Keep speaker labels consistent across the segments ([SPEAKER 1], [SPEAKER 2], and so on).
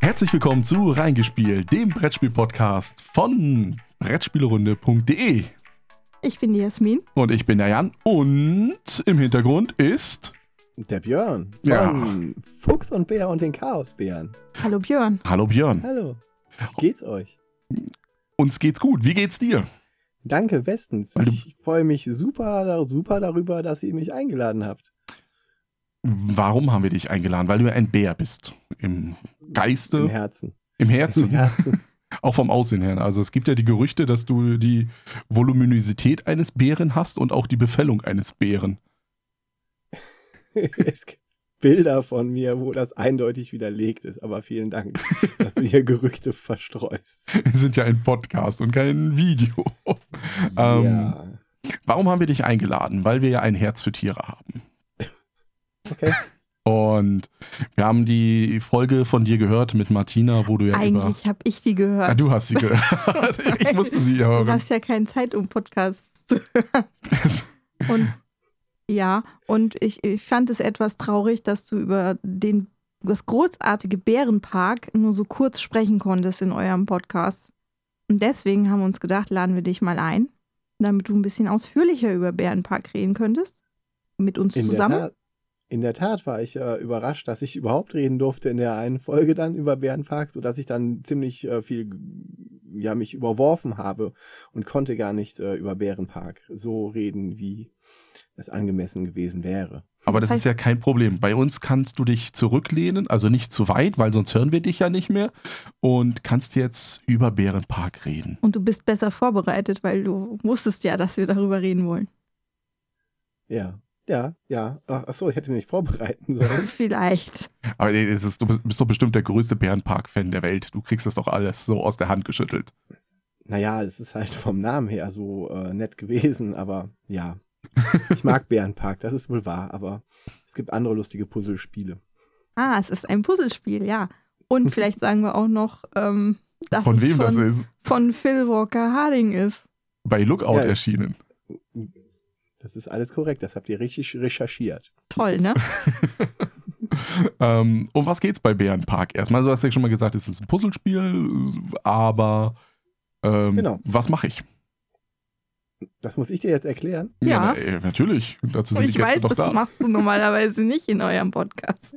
[SPEAKER 1] Herzlich willkommen zu Reingespielt, dem Brettspiel-Podcast von Brettspielrunde.de.
[SPEAKER 2] Ich bin die Jasmin.
[SPEAKER 1] Und ich bin der Jan und im Hintergrund ist.
[SPEAKER 3] Der Björn. Von
[SPEAKER 1] Ja.
[SPEAKER 3] Fuchs und Bär und den Chaosbären.
[SPEAKER 2] Hallo Björn.
[SPEAKER 1] Hallo Björn.
[SPEAKER 3] Hallo. Wie geht's euch?
[SPEAKER 1] Uns geht's gut. Wie geht's dir?
[SPEAKER 3] Danke, bestens.
[SPEAKER 1] Hallo.
[SPEAKER 3] Ich freue mich super, da- super darüber, dass ihr mich eingeladen habt.
[SPEAKER 1] Warum haben wir dich eingeladen? Weil du ein Bär bist. Im
[SPEAKER 3] Im
[SPEAKER 1] Geiste,
[SPEAKER 3] Herzen.
[SPEAKER 1] im
[SPEAKER 3] Im
[SPEAKER 1] Herzen,
[SPEAKER 3] Herzen.
[SPEAKER 1] auch vom Aussehen her. Also es gibt ja die Gerüchte, dass du die Voluminosität eines Bären hast und auch die Befällung eines Bären.
[SPEAKER 3] es gibt Bilder von mir, wo das eindeutig widerlegt ist. Aber vielen Dank, dass du hier Gerüchte verstreust.
[SPEAKER 1] Wir sind ja ein Podcast und kein Video. Ähm,
[SPEAKER 3] ja.
[SPEAKER 1] Warum haben wir dich eingeladen? Weil wir ja ein Herz für Tiere haben.
[SPEAKER 3] Okay.
[SPEAKER 1] Und wir haben die Folge von dir gehört mit Martina, wo du ja über.
[SPEAKER 2] Eigentlich habe ich die gehört.
[SPEAKER 1] Ah, du hast sie gehört. ich musste sie
[SPEAKER 2] Du
[SPEAKER 1] hören.
[SPEAKER 2] hast ja keine Zeit, um Podcasts zu hören. Und ja, und ich, ich fand es etwas traurig, dass du über den, das großartige Bärenpark nur so kurz sprechen konntest in eurem Podcast. Und deswegen haben wir uns gedacht, laden wir dich mal ein, damit du ein bisschen ausführlicher über Bärenpark reden könntest. Mit uns
[SPEAKER 3] In
[SPEAKER 2] zusammen.
[SPEAKER 3] Der Tat, in der Tat war ich äh, überrascht, dass ich überhaupt reden durfte in der einen Folge dann über Bärenpark, sodass ich dann ziemlich äh, viel g- ja, mich überworfen habe und konnte gar nicht äh, über Bärenpark so reden, wie es angemessen gewesen wäre.
[SPEAKER 1] Aber das
[SPEAKER 2] Das
[SPEAKER 1] ist ja kein Problem. Bei uns kannst du dich zurücklehnen, also nicht zu weit, weil sonst hören wir dich ja nicht mehr. Und kannst jetzt über Bärenpark reden.
[SPEAKER 2] Und du bist besser vorbereitet, weil du wusstest ja, dass wir darüber reden wollen.
[SPEAKER 3] Ja, ja, ja. Ach, ach so, ich hätte mich vorbereiten sollen.
[SPEAKER 2] Vielleicht.
[SPEAKER 1] Aber nee, es ist, du bist doch bestimmt der größte Bärenpark-Fan der Welt. Du kriegst das doch alles so aus der Hand geschüttelt.
[SPEAKER 3] naja, es ist halt vom Namen her so äh, nett gewesen, aber ja. Ich mag Bärenpark, das ist wohl wahr, aber es gibt andere lustige Puzzlespiele.
[SPEAKER 2] Ah, es ist ein Puzzlespiel, ja. Und vielleicht sagen wir auch noch, ähm, dass
[SPEAKER 1] Von
[SPEAKER 2] es
[SPEAKER 1] wem
[SPEAKER 2] von,
[SPEAKER 1] das ist?
[SPEAKER 2] von Phil Walker Harding ist.
[SPEAKER 1] Bei Lookout
[SPEAKER 3] Ja.
[SPEAKER 1] erschienen.
[SPEAKER 3] Das ist alles korrekt, das habt ihr richtig recherchiert.
[SPEAKER 2] Toll, ne?
[SPEAKER 1] Ähm, um was geht's bei Bärenpark erstmal? Du hast ja schon mal gesagt, es ist ein Puzzlespiel, aber ähm,
[SPEAKER 3] Genau.
[SPEAKER 1] was mache ich?
[SPEAKER 3] Das muss ich dir jetzt erklären.
[SPEAKER 2] Ja.
[SPEAKER 1] na, äh, natürlich. Dazu sind
[SPEAKER 2] ich
[SPEAKER 1] die Gäste
[SPEAKER 2] weiß,
[SPEAKER 1] doch
[SPEAKER 2] das
[SPEAKER 1] da.
[SPEAKER 2] machst du normalerweise nicht in eurem Podcast.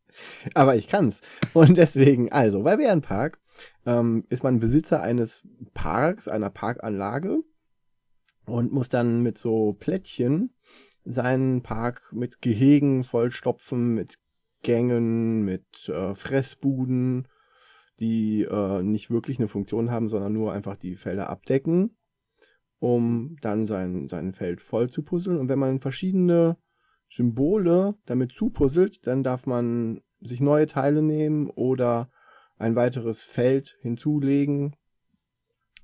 [SPEAKER 3] Aber ich kann's. Und deswegen, also, bei Bärenpark ähm, ist man Besitzer eines Parks, einer Parkanlage und muss dann mit so Plättchen seinen Park mit Gehegen vollstopfen, mit Gängen, mit äh, Fressbuden, die äh, nicht wirklich eine Funktion haben, sondern nur einfach die Felder abdecken, um dann sein, sein Feld voll zu puzzeln. Und wenn man verschiedene Symbole damit zupuzzelt, dann darf man sich neue Teile nehmen oder ein weiteres Feld hinzulegen,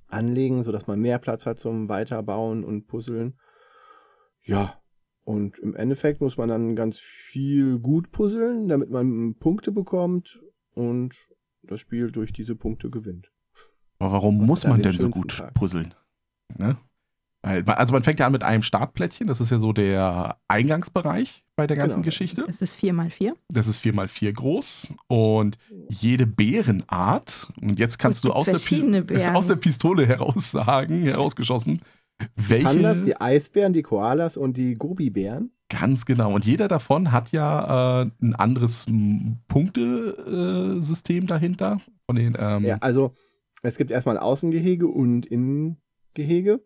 [SPEAKER 3] anlegen, sodass man mehr Platz hat zum Weiterbauen und Puzzeln. Ja, und im Endeffekt muss man dann ganz viel gut puzzeln, damit man Punkte bekommt und das Spiel durch diese Punkte gewinnt.
[SPEAKER 1] Aber warum
[SPEAKER 3] Was
[SPEAKER 1] muss
[SPEAKER 3] hat
[SPEAKER 1] man
[SPEAKER 3] er den
[SPEAKER 1] denn so
[SPEAKER 3] schönsten
[SPEAKER 1] gut
[SPEAKER 3] Tag?
[SPEAKER 1] puzzeln? Ne? Weil, also man fängt ja an mit einem Startplättchen, das ist ja so der Eingangsbereich bei der ganzen
[SPEAKER 3] Genau.
[SPEAKER 1] Geschichte.
[SPEAKER 2] Es ist 4x4.
[SPEAKER 1] Das ist 4x4 groß und jede Bärenart, und jetzt kannst
[SPEAKER 2] Es
[SPEAKER 1] du
[SPEAKER 2] gibt
[SPEAKER 1] aus der,
[SPEAKER 2] verschiedene
[SPEAKER 1] Pi-
[SPEAKER 2] Bären.
[SPEAKER 1] aus der Pistole heraus sagen, herausgeschossen, welche...
[SPEAKER 3] Pandas, die Eisbären, die Koalas und die Gobibären.
[SPEAKER 1] Ganz genau. Und jeder davon hat ja äh, ein anderes Punktesystem dahinter. Von den, ähm,
[SPEAKER 3] Ja,
[SPEAKER 1] ja.
[SPEAKER 3] also es gibt erstmal Außengehege und Innengehege.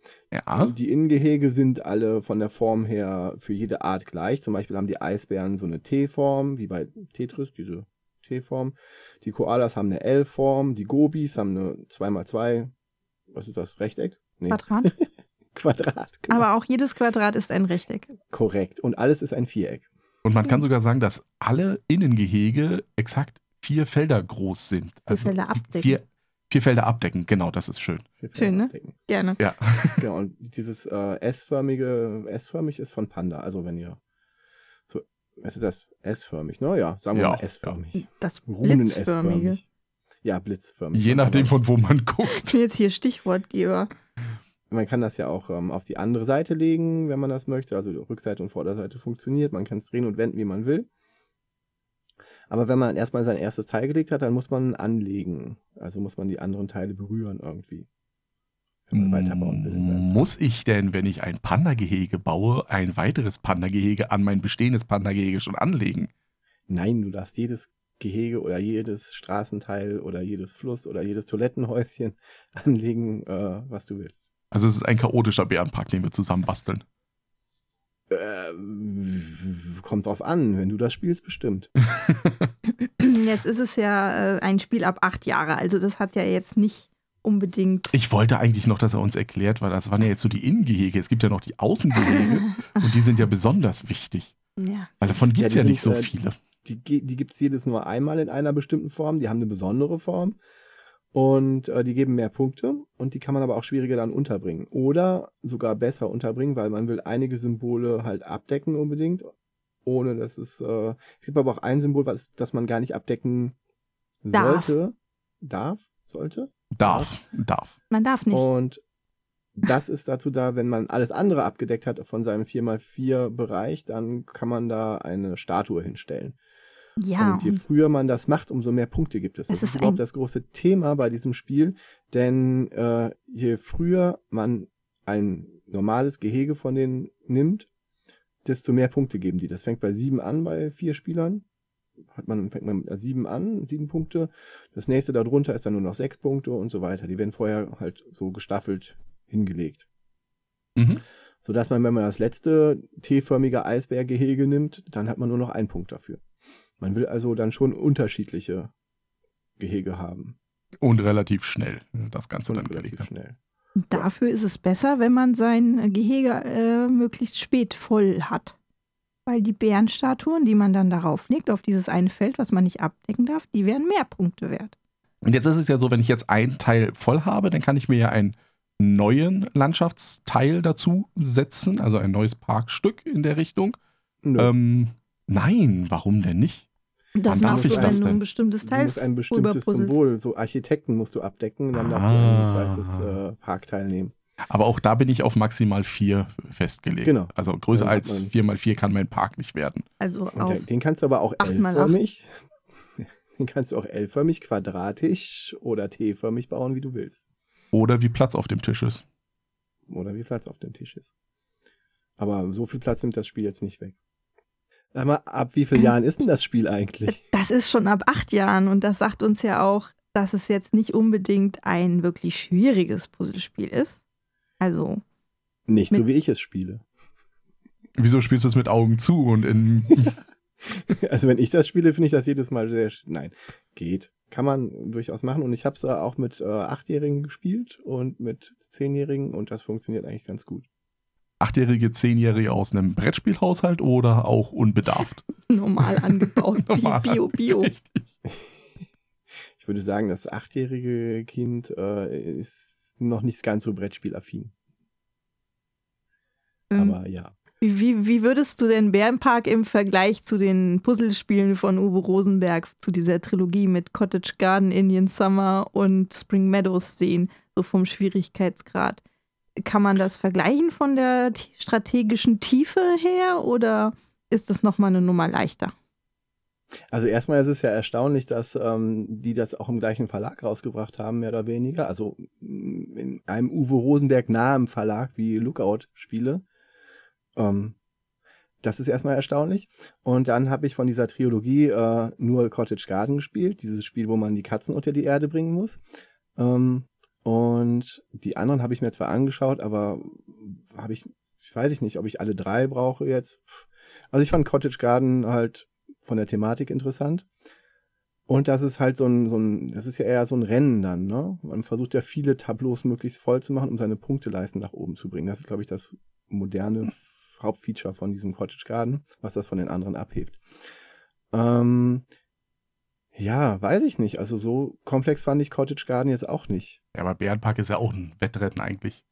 [SPEAKER 3] Die Innengehege sind alle von der Form her für jede Art gleich. Zum Beispiel haben die Eisbären so eine T-Form, wie bei Tetris, diese T-Form. Die Koalas haben eine L-Form, die Gobis haben eine 2x2, was ist das, Rechteck? Nee,
[SPEAKER 2] Quadrat.
[SPEAKER 3] Quadrat. Genau.
[SPEAKER 2] Aber auch jedes Quadrat ist ein Rechteck.
[SPEAKER 3] Korrekt. Und alles ist ein Viereck.
[SPEAKER 1] Und man kann sogar sagen, dass alle Innengehege exakt vier Felder groß sind. Also
[SPEAKER 2] Felder abdecken.
[SPEAKER 1] Vier, vier Felder abdecken, genau, das ist schön.
[SPEAKER 2] Schön, ne? Gerne.
[SPEAKER 1] Ja.
[SPEAKER 3] Genau, und dieses äh, S-förmige, S-förmig ist von Panda. Also wenn ihr so, was ist das? S-förmig, ne? Ja, sagen wir
[SPEAKER 1] Ja,
[SPEAKER 3] mal S-förmig.
[SPEAKER 2] Das
[SPEAKER 3] Runen
[SPEAKER 2] blitzförmige.
[SPEAKER 3] S-förmig. Ja, blitzförmig.
[SPEAKER 1] Je
[SPEAKER 3] Genau. Man kann
[SPEAKER 1] nachdem,
[SPEAKER 3] auch-
[SPEAKER 1] von wo man guckt.
[SPEAKER 2] Ich bin jetzt hier Stichwortgeber.
[SPEAKER 3] Man kann das ja auch ähm, auf die andere Seite legen, wenn man das möchte. Also Rückseite und Vorderseite funktioniert. Man kann es drehen und wenden, wie man will. Aber wenn man erstmal sein erstes Teil gelegt hat, dann muss man anlegen. Also muss man die anderen Teile berühren irgendwie. Wenn man weiterbauen will. in seinem-
[SPEAKER 1] Muss ich denn, wenn ich ein Panda-Gehege baue, ein weiteres Panda-Gehege an mein bestehendes Panda-Gehege schon anlegen?
[SPEAKER 3] Nein, du darfst jedes Gehege oder jedes Straßenteil oder jedes Fluss oder jedes Toilettenhäuschen anlegen, äh, was du willst.
[SPEAKER 1] Also es ist ein chaotischer Bärenpark, den wir zusammen basteln.
[SPEAKER 3] Ähm, kommt drauf an, wenn du das spielst, bestimmt.
[SPEAKER 2] Jetzt ist es ja äh, ein Spiel ab acht Jahre, also das hat ja jetzt nicht unbedingt.
[SPEAKER 1] Ich wollte eigentlich noch, dass er uns erklärt, weil das waren ja jetzt so die Innengehege. Es gibt ja noch die Außengehege und die sind ja besonders wichtig,
[SPEAKER 2] ja.
[SPEAKER 1] weil davon gibt es
[SPEAKER 3] Ja,
[SPEAKER 1] ja,
[SPEAKER 3] die
[SPEAKER 1] nicht
[SPEAKER 3] sind,
[SPEAKER 1] so
[SPEAKER 3] äh,
[SPEAKER 1] viele.
[SPEAKER 3] Die, ge- die gibt es jedes nur einmal in einer bestimmten Form. Die haben eine besondere Form. Und äh, die geben mehr Punkte. Und die kann man aber auch schwieriger dann unterbringen. Oder sogar besser unterbringen, weil man will einige Symbole halt abdecken unbedingt. Ohne dass es. Äh, es gibt aber auch ein Symbol, was, das man gar nicht abdecken
[SPEAKER 2] Darf.
[SPEAKER 3] sollte. Darf? Sollte?
[SPEAKER 1] Darf, darf.
[SPEAKER 2] Man darf nicht.
[SPEAKER 1] Oh,
[SPEAKER 3] Und das ist dazu da, wenn man alles andere abgedeckt hat von seinem 4x4-Bereich, dann kann man da eine Statue hinstellen.
[SPEAKER 2] ja,
[SPEAKER 3] und je
[SPEAKER 2] und
[SPEAKER 3] früher man das macht, umso mehr Punkte gibt es. Das
[SPEAKER 2] Es
[SPEAKER 3] ist,
[SPEAKER 2] ist
[SPEAKER 3] überhaupt
[SPEAKER 2] ein-
[SPEAKER 3] das große Thema bei diesem Spiel, denn äh, je früher man ein normales Gehege von denen nimmt, desto mehr Punkte geben die. Das fängt bei sieben an bei vier Spielern. Hat man, fängt man mit einer sieben an, sieben Punkte. Das nächste darunter ist dann nur noch sechs Punkte und so weiter. Die werden vorher halt so gestaffelt hingelegt
[SPEAKER 1] Mhm.
[SPEAKER 3] sodass man, wenn man das letzte T-förmige Eisbärgehege nimmt, dann hat man nur noch einen Punkt dafür. Man will also dann schon unterschiedliche Gehege haben.
[SPEAKER 1] Und relativ schnell das Ganze dann
[SPEAKER 3] Und
[SPEAKER 1] gelegt.
[SPEAKER 3] relativ
[SPEAKER 1] haben.
[SPEAKER 3] schnell.
[SPEAKER 2] dafür ist es besser, wenn man sein Gehege äh, möglichst spät voll hat. Weil die Bärenstatuen, die man dann darauf legt, auf dieses eine Feld, was man nicht abdecken darf, die wären mehr Punkte wert.
[SPEAKER 1] Und jetzt ist es ja so, wenn ich jetzt einen Teil voll habe, dann kann ich mir ja einen neuen Landschaftsteil dazu setzen, also ein neues Parkstück in der Richtung.
[SPEAKER 3] Nö.
[SPEAKER 1] Ähm, nein, warum denn nicht? Wann darf
[SPEAKER 2] Das machst du,
[SPEAKER 3] ich
[SPEAKER 2] wenn
[SPEAKER 1] das
[SPEAKER 2] du ein
[SPEAKER 1] denn?
[SPEAKER 2] bestimmtes
[SPEAKER 3] du
[SPEAKER 2] Teil
[SPEAKER 3] musst ein bestimmtes
[SPEAKER 2] rüberpuzzelst.
[SPEAKER 3] Symbol, so Architekten musst du abdecken, dann
[SPEAKER 1] Ah.
[SPEAKER 3] darfst du ein zweites äh, Parkteil nehmen.
[SPEAKER 1] Aber auch da bin ich auf maximal vier festgelegt.
[SPEAKER 3] Genau.
[SPEAKER 1] Also größer
[SPEAKER 3] Dann hat
[SPEAKER 1] als
[SPEAKER 3] man-
[SPEAKER 1] vier mal vier kann mein Park nicht werden.
[SPEAKER 2] Also
[SPEAKER 3] Und
[SPEAKER 2] auf
[SPEAKER 3] den, den kannst du aber auch
[SPEAKER 2] Acht mal acht.
[SPEAKER 3] L-förmig, den kannst du auch L-förmig, quadratisch oder T-förmig bauen, wie du willst.
[SPEAKER 1] Oder wie Platz auf dem Tisch ist.
[SPEAKER 3] oder wie Platz auf dem Tisch ist. Aber so viel Platz nimmt das Spiel jetzt nicht weg. Sag mal, ab wie vielen Jahren ist denn das Spiel eigentlich?
[SPEAKER 2] Das ist schon ab acht Jahren und das sagt uns ja auch, dass es jetzt nicht unbedingt ein wirklich schwieriges Puzzlespiel ist. Also,
[SPEAKER 3] Nicht so
[SPEAKER 2] Mit-
[SPEAKER 3] wie ich es spiele.
[SPEAKER 1] Wieso spielst du es mit Augen zu und in.
[SPEAKER 3] Also wenn ich das spiele, finde ich das jedes Mal sehr... sch- Nein, geht. Kann man durchaus machen. Und ich habe es auch mit äh, Achtjährigen gespielt und mit Zehnjährigen und das funktioniert eigentlich ganz gut.
[SPEAKER 1] achtjährige, zehnjährige aus einem Brettspielhaushalt oder auch unbedarft?
[SPEAKER 2] normal angebaut,
[SPEAKER 1] Normal
[SPEAKER 2] Bi- Bio, Bio.
[SPEAKER 3] Ich würde sagen, das achtjährige Kind äh, ist noch nicht ganz so
[SPEAKER 2] Ähm,
[SPEAKER 3] Brettspielaffin.
[SPEAKER 2] Mhm.
[SPEAKER 3] Aber ja.
[SPEAKER 2] Wie, wie, wie würdest du denn Bärenpark im Vergleich zu den Puzzlespielen von Uwe Rosenberg, zu dieser Trilogie mit Cottage Garden, Indian Summer und Spring Meadows sehen, so vom Schwierigkeitsgrad? Kann man das vergleichen von der t- strategischen Tiefe her oder ist das nochmal eine Nummer leichter?
[SPEAKER 3] Also erstmal ist es ja erstaunlich, dass ähm, die das auch im gleichen Verlag rausgebracht haben, mehr oder weniger. Also mh, in einem Uwe Rosenberg nahen Verlag wie Lookout Spiele. Ähm, das ist erstmal erstaunlich. Und dann habe ich von dieser Trilogie äh, nur Cottage Garden gespielt, dieses Spiel, wo man die Katzen unter die Erde bringen muss. Ähm, und die anderen habe ich mir zwar angeschaut, aber habe ich, ich weiß ich nicht, ob ich alle drei brauche jetzt. Also ich fand Cottage Garden halt von der Thematik interessant. Und das ist halt so ein, so ein, das ist ja eher so ein Rennen dann, ne? Man versucht ja viele Tableaus möglichst voll zu machen, um seine Punkteleisten nach oben zu bringen. Das ist, glaube ich, das moderne F- Hauptfeature von diesem Cottage Garden, was das von den anderen abhebt. Ähm, ja, weiß ich nicht. Also so komplex fand ich Cottage Garden jetzt auch nicht.
[SPEAKER 1] Ja, aber Bärenpark ist ja auch ein Wettrennen eigentlich.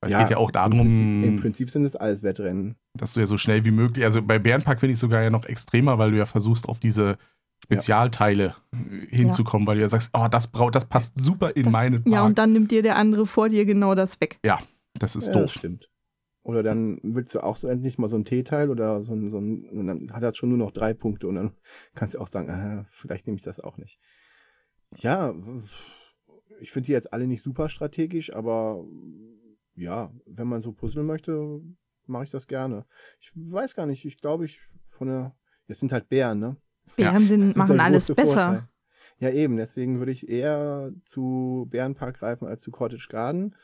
[SPEAKER 1] Weil
[SPEAKER 3] Ja,
[SPEAKER 1] es geht ja auch
[SPEAKER 3] Im Prinzip, Im
[SPEAKER 1] darum,
[SPEAKER 3] Prinzip sind es alles Wettrennen.
[SPEAKER 1] dass du ja so schnell wie möglich, also bei Bärenpark finde ich sogar ja noch extremer, weil du ja versuchst, auf diese Spezialteile äh, hinzukommen, weil du ja sagst, oh, das, brau das passt super in
[SPEAKER 2] Das-
[SPEAKER 1] meinen Park.
[SPEAKER 2] Ja, und dann nimmt dir der andere vor dir genau das weg.
[SPEAKER 1] das ist
[SPEAKER 3] Ja, Das
[SPEAKER 1] doof.
[SPEAKER 3] stimmt. Oder dann willst du auch so endlich mal so ein T-Teil oder so ein, so ein, und dann hat das schon nur noch drei Punkte und dann kannst du auch sagen, ah, vielleicht nehme ich das auch nicht. Ja, ich finde die jetzt alle nicht super strategisch, aber ja, wenn man so puzzeln möchte, mache ich das gerne. Ich weiß gar nicht, ich glaube, ich von der, jetzt sind halt Bären, ne?
[SPEAKER 2] Bären sind,
[SPEAKER 3] Das ist
[SPEAKER 2] machen
[SPEAKER 3] der
[SPEAKER 2] alles
[SPEAKER 3] große
[SPEAKER 2] besser.
[SPEAKER 3] Vorteil. Ja, eben. Deswegen würde ich eher zu Bärenpark greifen als zu Cottage Garden.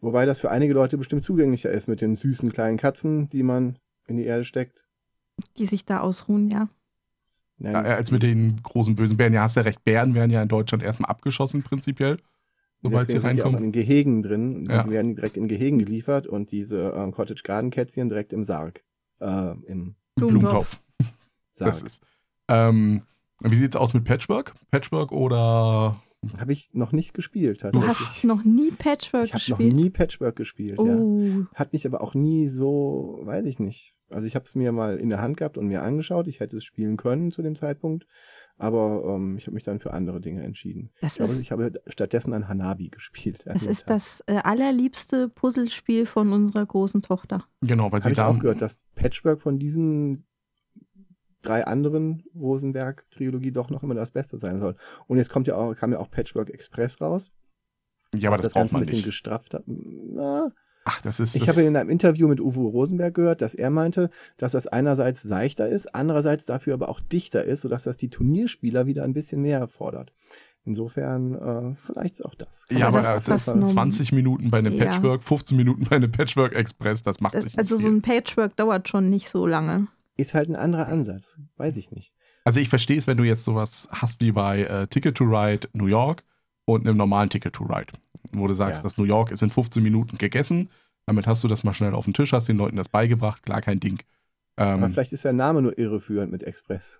[SPEAKER 3] Wobei das für einige Leute bestimmt zugänglicher ist mit den süßen kleinen Katzen, die man in die Erde steckt.
[SPEAKER 2] Die sich da ausruhen, ja.
[SPEAKER 3] Nein,
[SPEAKER 1] Ah, Ja, Äh, als mit den großen bösen Bären. Ja, hast du recht. Bären werden ja in Deutschland erstmal abgeschossen, prinzipiell. Sobald sie
[SPEAKER 3] deswegen sind Die auch in
[SPEAKER 1] reinkommen.
[SPEAKER 3] den Gehegen drin. Die
[SPEAKER 1] Ja.
[SPEAKER 3] werden direkt in Gehegen geliefert und diese ähm, Cottage Garden Kätzchen direkt im Sarg. Äh, im
[SPEAKER 1] Blumentopf. Das
[SPEAKER 3] Sarg.
[SPEAKER 1] ist. Ähm, wie sieht's aus mit Patchwork? Patchwork oder.
[SPEAKER 3] Habe ich noch nicht gespielt.
[SPEAKER 2] Du
[SPEAKER 3] tatsächlich.
[SPEAKER 2] hast noch nie Patchwork
[SPEAKER 3] ich habe noch
[SPEAKER 2] gespielt.
[SPEAKER 3] nie Patchwork gespielt. Ja.
[SPEAKER 2] oh,
[SPEAKER 3] Hat mich aber auch nie so, weiß ich nicht. Also ich habe es mir mal in der Hand gehabt und mir angeschaut. Ich hätte es spielen können zu dem Zeitpunkt, aber ähm, ich habe mich dann für andere Dinge entschieden.
[SPEAKER 2] das
[SPEAKER 3] Ich glaube,
[SPEAKER 2] ist,
[SPEAKER 3] ich habe stattdessen ein Hanabi gespielt.
[SPEAKER 2] es ist das äh, allerliebste Puzzlespiel von unserer großen Tochter.
[SPEAKER 1] Genau, weil
[SPEAKER 3] Habe
[SPEAKER 1] sie
[SPEAKER 3] ich
[SPEAKER 1] da.
[SPEAKER 3] auch gehört, dass Patchwork von diesen drei anderen Rosenberg-Trilogie doch noch immer das Beste sein soll. Und jetzt kommt ja auch, kam ja auch Patchwork Express raus.
[SPEAKER 1] Ja, aber
[SPEAKER 3] was
[SPEAKER 1] das,
[SPEAKER 3] das
[SPEAKER 1] braucht
[SPEAKER 3] Ganze ein
[SPEAKER 1] man
[SPEAKER 3] bisschen
[SPEAKER 1] nicht.
[SPEAKER 3] gestrafft hat. Na,
[SPEAKER 1] Ach, das ist.
[SPEAKER 3] Ich
[SPEAKER 1] das
[SPEAKER 3] habe in einem Interview mit Uwe Rosenberg gehört, dass er meinte, dass das einerseits seichter ist, andererseits dafür aber auch dichter ist, sodass das die Turnierspieler wieder ein bisschen mehr erfordert. Insofern äh, vielleicht ist auch das. Kann
[SPEAKER 1] ja,
[SPEAKER 3] man
[SPEAKER 1] aber
[SPEAKER 2] Aber
[SPEAKER 1] das,
[SPEAKER 2] das-
[SPEAKER 3] auf jeden
[SPEAKER 2] das
[SPEAKER 3] Fall-
[SPEAKER 2] nur- norm-
[SPEAKER 1] 20 Minuten bei einem
[SPEAKER 2] Ja.
[SPEAKER 1] Patchwork, 15 Minuten bei einem Patchwork Express, das macht
[SPEAKER 2] Das,
[SPEAKER 1] sich nicht
[SPEAKER 2] also so
[SPEAKER 1] viel.
[SPEAKER 2] ein Patchwork dauert schon nicht so lange.
[SPEAKER 3] ist halt ein anderer Ansatz. Weiß ich nicht.
[SPEAKER 1] Also ich verstehe es, wenn du jetzt sowas hast wie bei äh, Ticket to Ride New York und einem normalen Ticket to Ride, wo du sagst,
[SPEAKER 3] Ja.
[SPEAKER 1] das New York ist in 15 Minuten gegessen, damit hast du das mal schnell auf den Tisch, hast den Leuten das beigebracht, klar kein Ding.
[SPEAKER 3] Aber
[SPEAKER 1] Ähm,
[SPEAKER 3] vielleicht ist der Name nur irreführend mit Express.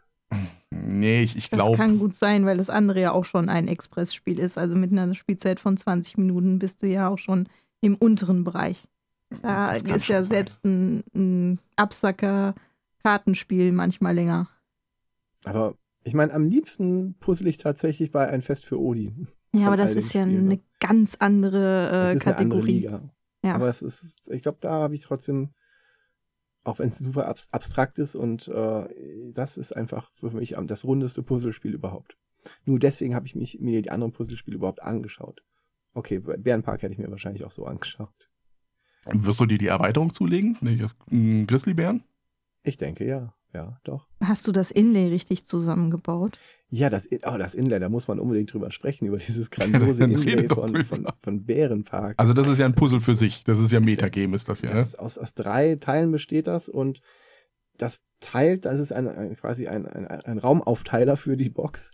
[SPEAKER 1] nee, ich, ich
[SPEAKER 2] Das
[SPEAKER 1] glaube,
[SPEAKER 2] kann gut sein, weil das andere ja auch schon ein Expressspiel ist. Also mit einer Spielzeit von 20 Minuten bist du ja auch schon im unteren Bereich. Da
[SPEAKER 1] Das kann
[SPEAKER 2] ist
[SPEAKER 1] schon
[SPEAKER 2] ja
[SPEAKER 1] sein.
[SPEAKER 2] selbst ein, ein Absacker-Kartenspiel manchmal länger.
[SPEAKER 3] Aber ich meine, am liebsten puzzle ich tatsächlich bei Ein Fest für Odin.
[SPEAKER 2] Ja, aber
[SPEAKER 3] all
[SPEAKER 2] das
[SPEAKER 3] den
[SPEAKER 2] ist ja
[SPEAKER 3] Spielen,
[SPEAKER 2] eine
[SPEAKER 3] ne?
[SPEAKER 2] ganz andere
[SPEAKER 3] Das
[SPEAKER 2] äh,
[SPEAKER 3] ist eine andere
[SPEAKER 2] Kategorie.
[SPEAKER 3] Liga.
[SPEAKER 2] Ja.
[SPEAKER 3] Aber es ist, ich glaube, da habe ich trotzdem, auch wenn es super abs abstrakt ist und äh, das ist einfach für mich am- das rundeste Puzzlespiel überhaupt. Nur deswegen habe ich mich, mir die anderen Puzzlespiele überhaupt angeschaut. Okay, Bä- Bärenpark hätte ich mir wahrscheinlich auch so angeschaut.
[SPEAKER 1] wirst du dir die Erweiterung zulegen? Nee, das ein Grizzlybären?
[SPEAKER 3] Ich denke, ja. Ja, doch.
[SPEAKER 2] Hast du das Inlay richtig zusammengebaut?
[SPEAKER 3] Ja, das, In- oh, das Inlay, da muss man unbedingt drüber sprechen, über dieses grandiose
[SPEAKER 1] dann
[SPEAKER 3] Inlay
[SPEAKER 1] rede doch
[SPEAKER 3] von,
[SPEAKER 1] drüber.
[SPEAKER 3] von, von Bärenpark.
[SPEAKER 1] Also das ist ja ein Puzzle für sich, das ist ja Metagame, ist das ja. Ne?
[SPEAKER 3] Das, aus, aus drei Teilen besteht das und das teilt, das ist ein, ein, quasi ein, ein, ein Raumaufteiler für die Box.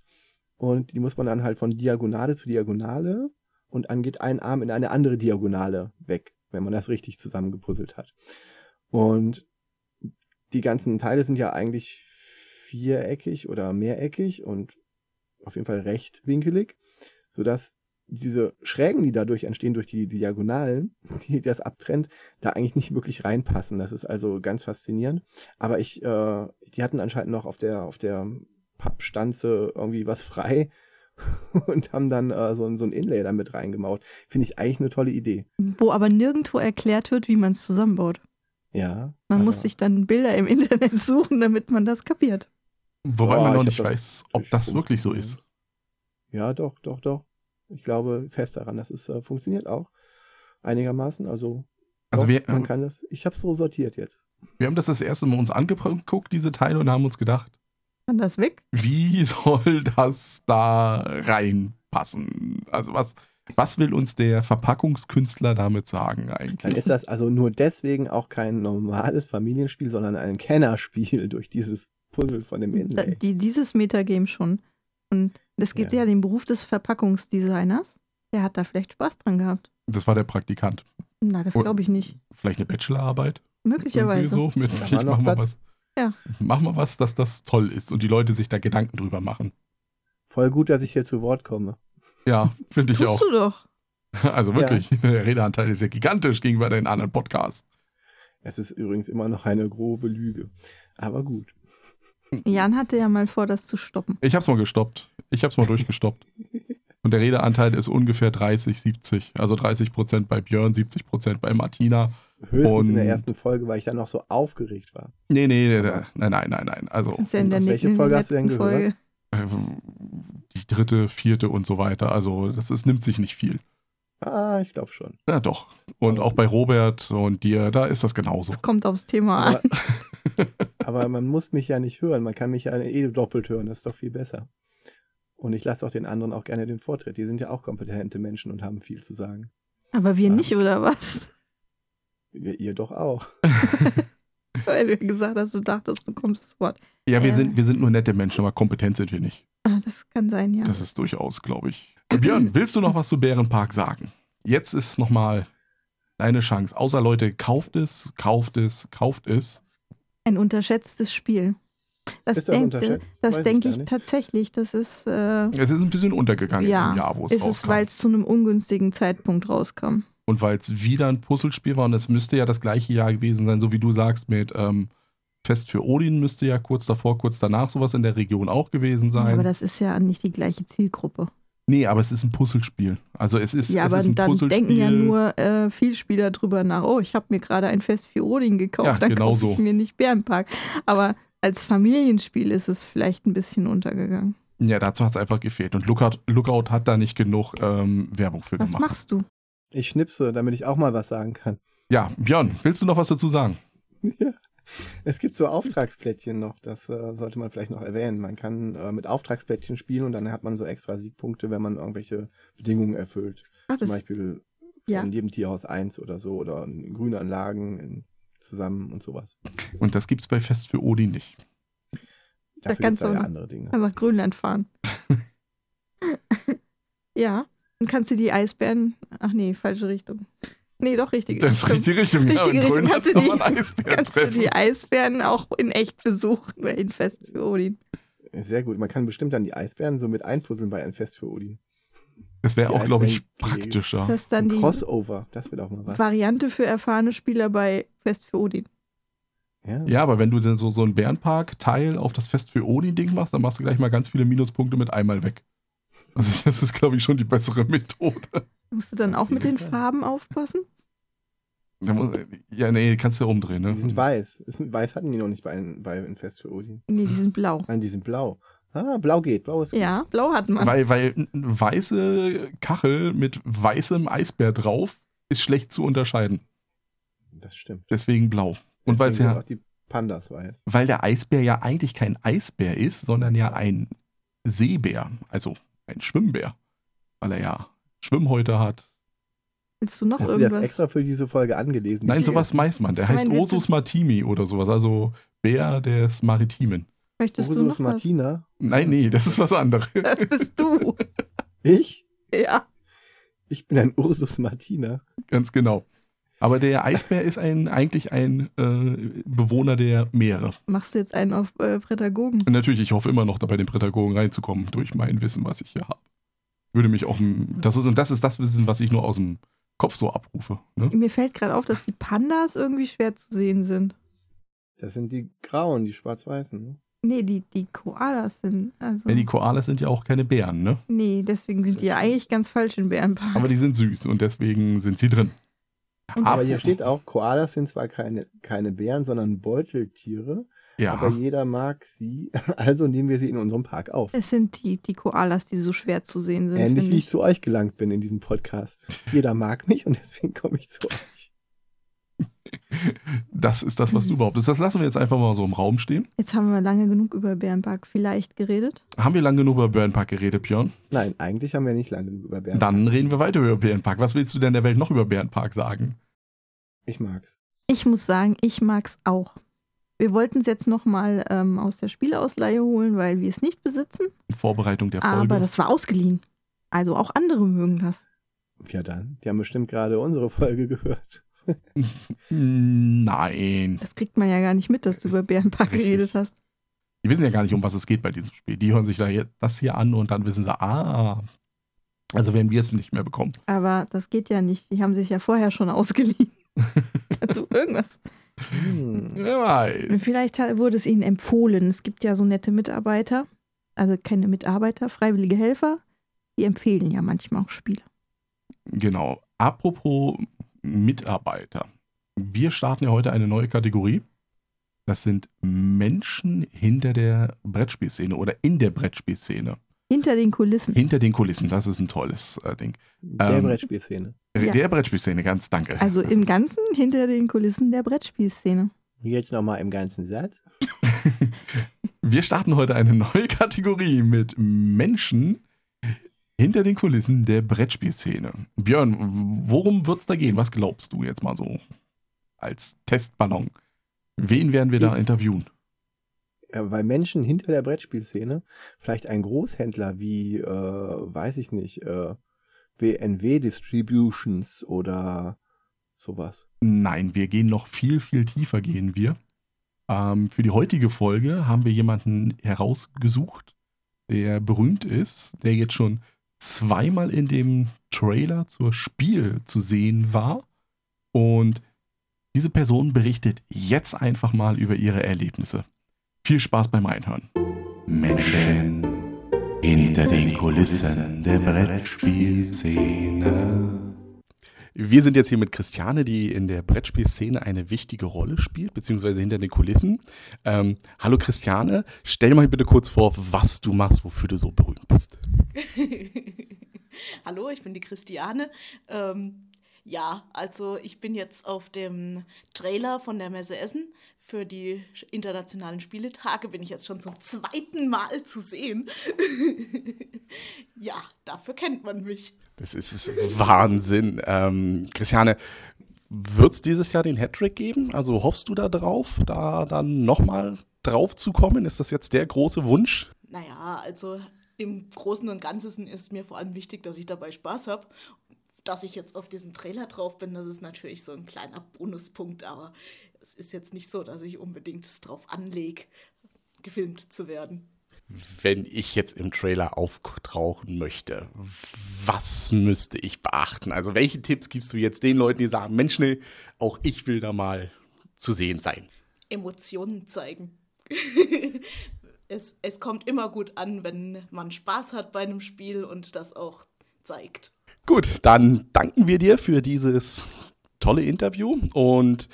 [SPEAKER 3] Und die muss man dann halt von Diagonale zu Diagonale und dann geht ein Arm in eine andere Diagonale weg, wenn man das richtig zusammengepuzzelt hat. Und die ganzen Teile sind ja eigentlich viereckig oder mehreckig und auf jeden Fall rechtwinkelig, sodass diese Schrägen, die dadurch entstehen, durch die Diagonalen, die das abtrennt, da eigentlich nicht wirklich reinpassen. Das ist also ganz faszinierend. Aber ich, äh, die hatten anscheinend noch auf der, auf der Pappstanze irgendwie was frei und haben dann äh, so, ein- so ein Inlay damit reingemaut. Finde ich eigentlich eine tolle Idee.
[SPEAKER 2] Wo aber nirgendwo erklärt wird, wie man es zusammenbaut.
[SPEAKER 3] Ja.
[SPEAKER 2] Man
[SPEAKER 3] also-
[SPEAKER 2] muss sich dann Bilder im Internet suchen, damit man das kapiert.
[SPEAKER 1] Wobei
[SPEAKER 3] Boah,
[SPEAKER 1] man noch
[SPEAKER 3] ich
[SPEAKER 1] nicht
[SPEAKER 3] hab das
[SPEAKER 1] weiß, ob das
[SPEAKER 3] durchgeguckt.
[SPEAKER 1] wirklich so ist.
[SPEAKER 3] Ja, doch, doch, doch. Ich glaube fest daran, dass es äh, funktioniert auch einigermaßen. Also,
[SPEAKER 1] Also
[SPEAKER 3] doch,
[SPEAKER 1] wir,
[SPEAKER 3] man kann das. Ich habe es so sortiert jetzt.
[SPEAKER 1] wir haben das das erste Mal uns angeguckt, diese Teile, und haben uns gedacht,
[SPEAKER 2] Kann das weg?
[SPEAKER 1] wie soll das da reinpassen? Also was, was will uns der Verpackungskünstler damit sagen
[SPEAKER 3] Dann
[SPEAKER 1] eigentlich?
[SPEAKER 3] ist das also nur deswegen auch kein normales Familienspiel, sondern ein Kennerspiel durch dieses Puzzle von dem
[SPEAKER 2] Da,
[SPEAKER 3] Inlay.
[SPEAKER 2] die, dieses Metagame schon. Und es gibt
[SPEAKER 3] Ja.
[SPEAKER 2] ja. den Beruf des Verpackungsdesigners. Der hat da vielleicht Spaß dran gehabt.
[SPEAKER 1] Das war der Praktikant.
[SPEAKER 2] Na, das
[SPEAKER 1] Und-
[SPEAKER 2] glaube ich nicht.
[SPEAKER 1] Vielleicht eine Bachelorarbeit? Irgendwie
[SPEAKER 2] Möglicherweise.
[SPEAKER 1] so? Mit,
[SPEAKER 3] Da war
[SPEAKER 1] ich
[SPEAKER 3] noch
[SPEAKER 1] mach mal was.
[SPEAKER 3] Platz.
[SPEAKER 2] Ja.
[SPEAKER 1] Mach mal was, dass das toll ist und die Leute sich da Gedanken drüber machen.
[SPEAKER 3] Voll gut, dass ich hier zu Wort komme.
[SPEAKER 1] Ja, finde ich
[SPEAKER 2] Tust
[SPEAKER 1] auch.
[SPEAKER 2] du doch.
[SPEAKER 1] Also wirklich, der Redeanteil ist ja gigantisch gegenüber den anderen Podcasts.
[SPEAKER 3] Es ist übrigens immer noch eine grobe Lüge. Aber gut.
[SPEAKER 2] Jan hatte ja mal vor, das zu stoppen.
[SPEAKER 1] Ich hab's mal gestoppt. Ich hab's mal durchgestoppt. Und der Redeanteil ist ungefähr 30, 70. Also 30 Prozent bei Björn, 70 Prozent bei Martina.
[SPEAKER 3] höchstens in der
[SPEAKER 1] Und-
[SPEAKER 3] ersten Folge, weil ich dann noch so aufgeregt war.
[SPEAKER 1] Nee, nee, nee, nee, nein, nein, nein, nein. Also
[SPEAKER 2] Kannst ja in der
[SPEAKER 3] Oh, Und
[SPEAKER 2] nächsten
[SPEAKER 3] welche Folge hast du denn
[SPEAKER 2] letzten
[SPEAKER 3] gehört?
[SPEAKER 2] Folge.
[SPEAKER 1] ähm, die dritte, vierte und so weiter. Also das ist, nimmt sich nicht viel.
[SPEAKER 3] Ah, ich glaube schon.
[SPEAKER 1] Ja, doch. Und auch bei Robert und dir, da ist das genauso.
[SPEAKER 2] Es kommt aufs Thema an.
[SPEAKER 3] Aber, aber man muss mich ja nicht hören. Man kann mich ja eh doppelt hören. Das ist doch viel besser. Und ich lasse auch den anderen auch gerne den Vortritt. Die sind ja auch kompetente Menschen und haben viel zu sagen.
[SPEAKER 2] Aber wir
[SPEAKER 3] Ja.
[SPEAKER 2] nicht, oder was?
[SPEAKER 3] Ihr, ihr doch auch.
[SPEAKER 2] Weil du gesagt hast, du dachtest, du kommst zu Wort.
[SPEAKER 1] Ja, wir,
[SPEAKER 2] Ja.
[SPEAKER 1] Sind, wir sind nur nette Menschen, aber kompetent sind wir nicht.
[SPEAKER 2] Ah, das kann sein, ja.
[SPEAKER 1] Das ist durchaus, glaube ich. Björn, willst du noch was zu Bärenpark sagen? Jetzt ist nochmal deine Chance. Außer Leute, kauft es, kauft es, kauft es.
[SPEAKER 2] Ein unterschätztes Spiel. Das,
[SPEAKER 3] Ist das
[SPEAKER 2] denk-
[SPEAKER 3] unterschätzt? Weiß
[SPEAKER 2] das
[SPEAKER 3] ich
[SPEAKER 2] denke
[SPEAKER 3] gar
[SPEAKER 2] ich
[SPEAKER 3] nicht.
[SPEAKER 2] tatsächlich. Das ist, äh,
[SPEAKER 1] Es ist ein bisschen untergegangen
[SPEAKER 2] Ja,
[SPEAKER 1] im Jahr, wo es
[SPEAKER 2] ist es,
[SPEAKER 1] rauskam.
[SPEAKER 2] weil es zu einem ungünstigen Zeitpunkt rauskam.
[SPEAKER 1] und weil es wieder ein Puzzlespiel war und es müsste ja das gleiche Jahr gewesen sein, so wie du sagst, mit ähm, Fest für Odin müsste ja kurz davor, kurz danach sowas in der Region auch gewesen sein.
[SPEAKER 2] Aber das ist ja nicht die gleiche Zielgruppe.
[SPEAKER 1] nee, aber es ist ein Puzzlespiel. Also es ist,
[SPEAKER 2] ja,
[SPEAKER 1] es
[SPEAKER 2] aber
[SPEAKER 1] ist ein
[SPEAKER 2] dann
[SPEAKER 1] Puzzlespiel.
[SPEAKER 2] denken ja nur äh, viel Spieler drüber nach, oh, ich habe mir gerade ein Fest für Odin gekauft,
[SPEAKER 1] Ja,
[SPEAKER 2] dann
[SPEAKER 1] genau
[SPEAKER 2] kaufe ich
[SPEAKER 1] so.
[SPEAKER 2] mir nicht Bärenpark. Aber als Familienspiel ist es vielleicht ein bisschen untergegangen.
[SPEAKER 1] Ja, dazu hat es einfach gefehlt. Und Lookout, Lookout hat da nicht genug ähm, Werbung für
[SPEAKER 2] Was
[SPEAKER 1] gemacht.
[SPEAKER 2] machst du?
[SPEAKER 3] Ich schnipse, damit ich auch mal was sagen kann.
[SPEAKER 1] Ja, Björn, willst du noch was dazu sagen?
[SPEAKER 3] Ja. Es gibt so Auftragsplättchen noch, das äh, sollte man vielleicht noch erwähnen. Man kann äh, mit Auftragsplättchen spielen und dann hat man so extra Siegpunkte, wenn man irgendwelche Bedingungen erfüllt.
[SPEAKER 2] Ah,
[SPEAKER 3] Zum
[SPEAKER 2] das,
[SPEAKER 3] Beispiel
[SPEAKER 2] Ja.
[SPEAKER 3] von jedem Tierhaus eins oder so oder in Grünanlagen in, zusammen und sowas.
[SPEAKER 1] Und das gibt's bei Fest für Odin nicht.
[SPEAKER 2] Da
[SPEAKER 3] Dafür
[SPEAKER 2] kannst
[SPEAKER 3] gibt's
[SPEAKER 2] du
[SPEAKER 3] ja
[SPEAKER 2] auch-
[SPEAKER 3] andere Dinge.
[SPEAKER 2] kannst nach Grönland fahren. ja, und kannst du die Eisbären, ach nee, falsche Richtung. Nee, doch richtige.
[SPEAKER 1] Das ist
[SPEAKER 2] Stimmt.
[SPEAKER 1] richtige Richtung.
[SPEAKER 2] Richtige
[SPEAKER 1] in
[SPEAKER 2] Richtung.
[SPEAKER 1] Grönland
[SPEAKER 2] Kannst du
[SPEAKER 1] kann
[SPEAKER 2] die-
[SPEAKER 1] man Eisbären
[SPEAKER 2] Kannst du
[SPEAKER 1] treffen.
[SPEAKER 2] die Eisbären auch in echt besuchen bei den Fest für Odin?
[SPEAKER 3] Sehr gut. Man kann bestimmt dann die Eisbären so mit einpuzzeln bei ein Fest für Odin.
[SPEAKER 1] Das wäre
[SPEAKER 3] die
[SPEAKER 1] auch, glaube ich,
[SPEAKER 3] Eisbären-
[SPEAKER 1] praktischer.
[SPEAKER 2] Ist das dann
[SPEAKER 3] Ein
[SPEAKER 2] die
[SPEAKER 3] Crossover, das wird auch mal was.
[SPEAKER 2] Variante für erfahrene Spieler bei Fest für Odin?
[SPEAKER 3] Ja.
[SPEAKER 1] Ja, aber wenn du dann so, so einen Bärenpark-Teil auf das Fest für Odin-Ding machst, dann machst du gleich mal ganz viele Minuspunkte mit einmal weg. Also das ist, glaube ich, schon die bessere Methode.
[SPEAKER 2] Musst du dann auch mit den Farben aufpassen?
[SPEAKER 1] Da muss- Ja, nee, kannst du ja umdrehen, ne?
[SPEAKER 3] Die sind weiß. Ist- Weiß hatten die noch nicht bei, ein- bei ein Fest für Odin.
[SPEAKER 2] Nee, die sind blau.
[SPEAKER 3] Nein, die sind blau. Ah, blau geht. Blau ist gut.
[SPEAKER 2] Ja, blau hat man.
[SPEAKER 1] Weil, weil eine weiße Kachel mit weißem Eisbär drauf ist schlecht zu unterscheiden.
[SPEAKER 3] Das stimmt.
[SPEAKER 1] Deswegen blau. Und weil's
[SPEAKER 3] Deswegen
[SPEAKER 1] ja-
[SPEAKER 3] sind auch die Pandas weiß.
[SPEAKER 1] Weil der Eisbär ja eigentlich kein Eisbär ist, sondern ja ein Seebär, also ein Schwimmbär. Weil er ja Schwimmhäute hat.
[SPEAKER 2] Willst du noch
[SPEAKER 3] Hast du dir das
[SPEAKER 2] irgendwas?
[SPEAKER 3] extra für diese Folge angelesen?
[SPEAKER 1] Nein,
[SPEAKER 3] Die-
[SPEAKER 1] sowas weiß man. Der
[SPEAKER 2] Ich meine,
[SPEAKER 1] heißt
[SPEAKER 2] wir
[SPEAKER 1] Osus Martimi oder sowas, also Bär des Maritimen.
[SPEAKER 2] Möchtest du
[SPEAKER 3] Ursus
[SPEAKER 2] noch was?
[SPEAKER 3] Martina.
[SPEAKER 1] Nein, nee, das ist was anderes.
[SPEAKER 2] Das bist du.
[SPEAKER 3] Ich?
[SPEAKER 2] Ja.
[SPEAKER 3] Ich bin ein Ursus Martina.
[SPEAKER 1] Ganz genau. Aber der Eisbär ist ein, eigentlich ein äh, Bewohner der Meere.
[SPEAKER 2] Machst du jetzt einen auf äh, Prädagogen?
[SPEAKER 1] Und natürlich, ich hoffe immer noch, da bei den Prädagogen reinzukommen, durch mein Wissen, was ich hier habe. Würde mich auch. m- Das ist, und das ist das Wissen, was ich nur aus dem Kopf so abrufe. Ne?
[SPEAKER 2] Mir fällt gerade auf, dass die Pandas irgendwie schwer zu sehen sind.
[SPEAKER 3] Das sind die Grauen, die Schwarz-Weißen. ne?
[SPEAKER 2] Nee, die, die Koalas sind. Also,
[SPEAKER 1] Ja, die Koalas sind ja auch keine Bären, ne?
[SPEAKER 2] nee, deswegen sind die ja eigentlich ganz falsch in Bärenpark.
[SPEAKER 1] Aber die sind süß und deswegen sind sie drin.
[SPEAKER 2] Und-
[SPEAKER 1] Ah,
[SPEAKER 3] Aber hier steht auch, Koalas sind zwar keine, keine Bären, sondern Beuteltiere,
[SPEAKER 1] Ja,
[SPEAKER 3] aber jeder mag sie, also nehmen wir sie in unserem Park auf.
[SPEAKER 2] es sind die, die Koalas, die so schwer zu sehen sind.
[SPEAKER 3] Ähnlich
[SPEAKER 2] finde
[SPEAKER 3] wie ich zu euch gelangt bin in diesem Podcast. Jeder mag mich und deswegen komme ich zu euch.
[SPEAKER 1] das ist das, was du behauptest. Das lassen wir jetzt einfach mal so im Raum stehen.
[SPEAKER 2] Jetzt haben wir lange genug über Bärenpark vielleicht geredet.
[SPEAKER 1] Haben wir lange genug über Bärenpark geredet, Björn?
[SPEAKER 3] Nein, eigentlich haben wir nicht lange über Bären.
[SPEAKER 1] Dann reden wir weiter über Bärenpark. Was willst du denn der Welt noch über Bärenpark sagen?
[SPEAKER 3] Ich mag's.
[SPEAKER 2] Ich muss sagen, ich mag's auch. Wir wollten es jetzt nochmal ähm, aus der Spielausleihe holen, weil wir es nicht besitzen.
[SPEAKER 1] In Vorbereitung der Folge.
[SPEAKER 2] Ah, Aber das war ausgeliehen. Also auch andere mögen das.
[SPEAKER 3] Ja dann, die haben bestimmt gerade unsere Folge gehört.
[SPEAKER 1] Hm, Nein.
[SPEAKER 2] Das kriegt man ja gar nicht mit, dass du über Bärenpark
[SPEAKER 1] Richtig.
[SPEAKER 2] geredet hast.
[SPEAKER 1] Die wissen ja gar nicht, um was es geht bei diesem Spiel. Die hören sich da jetzt das hier an und dann wissen sie, ah, also werden wir es nicht mehr bekommen.
[SPEAKER 2] Aber das geht ja nicht. Die haben sich ja vorher schon ausgeliehen. Also irgendwas.
[SPEAKER 3] Hm.
[SPEAKER 1] Wer weiß.
[SPEAKER 2] Vielleicht hat- wurde es ihnen empfohlen. Es gibt ja so nette Mitarbeiter, also keine Mitarbeiter, freiwillige Helfer. Die empfehlen ja manchmal auch Spiele.
[SPEAKER 1] Genau. Apropos Mitarbeiter. Wir starten ja heute eine neue Kategorie. Das sind Menschen hinter der Brettspielszene oder in der Brettspielszene.
[SPEAKER 2] Hinter den Kulissen.
[SPEAKER 1] Hinter den Kulissen, das ist ein tolles äh, Ding.
[SPEAKER 3] Der
[SPEAKER 1] Ähm,
[SPEAKER 3] Brettspielszene.
[SPEAKER 1] Äh,
[SPEAKER 2] Ja.
[SPEAKER 1] Der Brettspielszene, ganz danke.
[SPEAKER 2] Also im Ganzen hinter den Kulissen der Brettspielszene.
[SPEAKER 3] Jetzt nochmal im ganzen Satz.
[SPEAKER 1] Wir starten heute eine neue Kategorie mit Menschen hinter den Kulissen der Brettspielszene. Björn, worum wird's da gehen? Was glaubst du jetzt mal so als Testballon? Wen werden wir da interviewen?
[SPEAKER 3] Äh, Weil Menschen hinter der Brettspielszene, vielleicht ein Großhändler wie, äh, weiß ich nicht, äh, WNW Distributions oder sowas.
[SPEAKER 1] Nein, wir gehen noch viel, viel tiefer gehen wir. Ähm, für die heutige Folge haben wir jemanden herausgesucht, der berühmt ist, der jetzt schon zweimal in dem Trailer zur Spiel zu sehen war. Und diese Person berichtet jetzt einfach mal über ihre Erlebnisse. Viel Spaß beim Reinhören.
[SPEAKER 4] Menschen hinter den Kulissen der Brettspielszene.
[SPEAKER 1] Wir sind jetzt hier mit Christiane, die in der Brettspielszene eine wichtige Rolle spielt, beziehungsweise hinter den Kulissen. Ähm, hallo Christiane, stell mal bitte kurz vor, was du machst, wofür du so berühmt bist.
[SPEAKER 5] Hallo, ich bin die Christiane. Ähm, ja, also ich bin jetzt auf dem Trailer von der Messe Essen für die internationalen Spieletage. Bin ich jetzt schon zum zweiten Mal zu sehen. ja, dafür kennt man mich.
[SPEAKER 1] Das ist, ist Wahnsinn. Ähm, Christiane, wird es dieses Jahr den Hattrick geben? Also hoffst du da drauf, da dann nochmal drauf zu kommen? Ist das jetzt der große Wunsch?
[SPEAKER 5] Naja, also im Großen und Ganzen ist mir vor allem wichtig, dass ich dabei Spaß habe. Dass ich jetzt auf diesem Trailer drauf bin, das ist natürlich so ein kleiner Bonuspunkt, aber es ist jetzt nicht so, dass ich unbedingt es drauf anlege, gefilmt zu werden.
[SPEAKER 1] Wenn ich jetzt im Trailer auftauchen möchte, was müsste ich beachten? Also welche Tipps gibst du jetzt den Leuten, die sagen, Mensch, nee, auch ich will da mal zu sehen sein?
[SPEAKER 5] Emotionen zeigen. es, es kommt immer gut an, wenn man Spaß hat bei einem Spiel und das auch zeigt.
[SPEAKER 1] Gut, dann danken wir dir für dieses tolle Interview und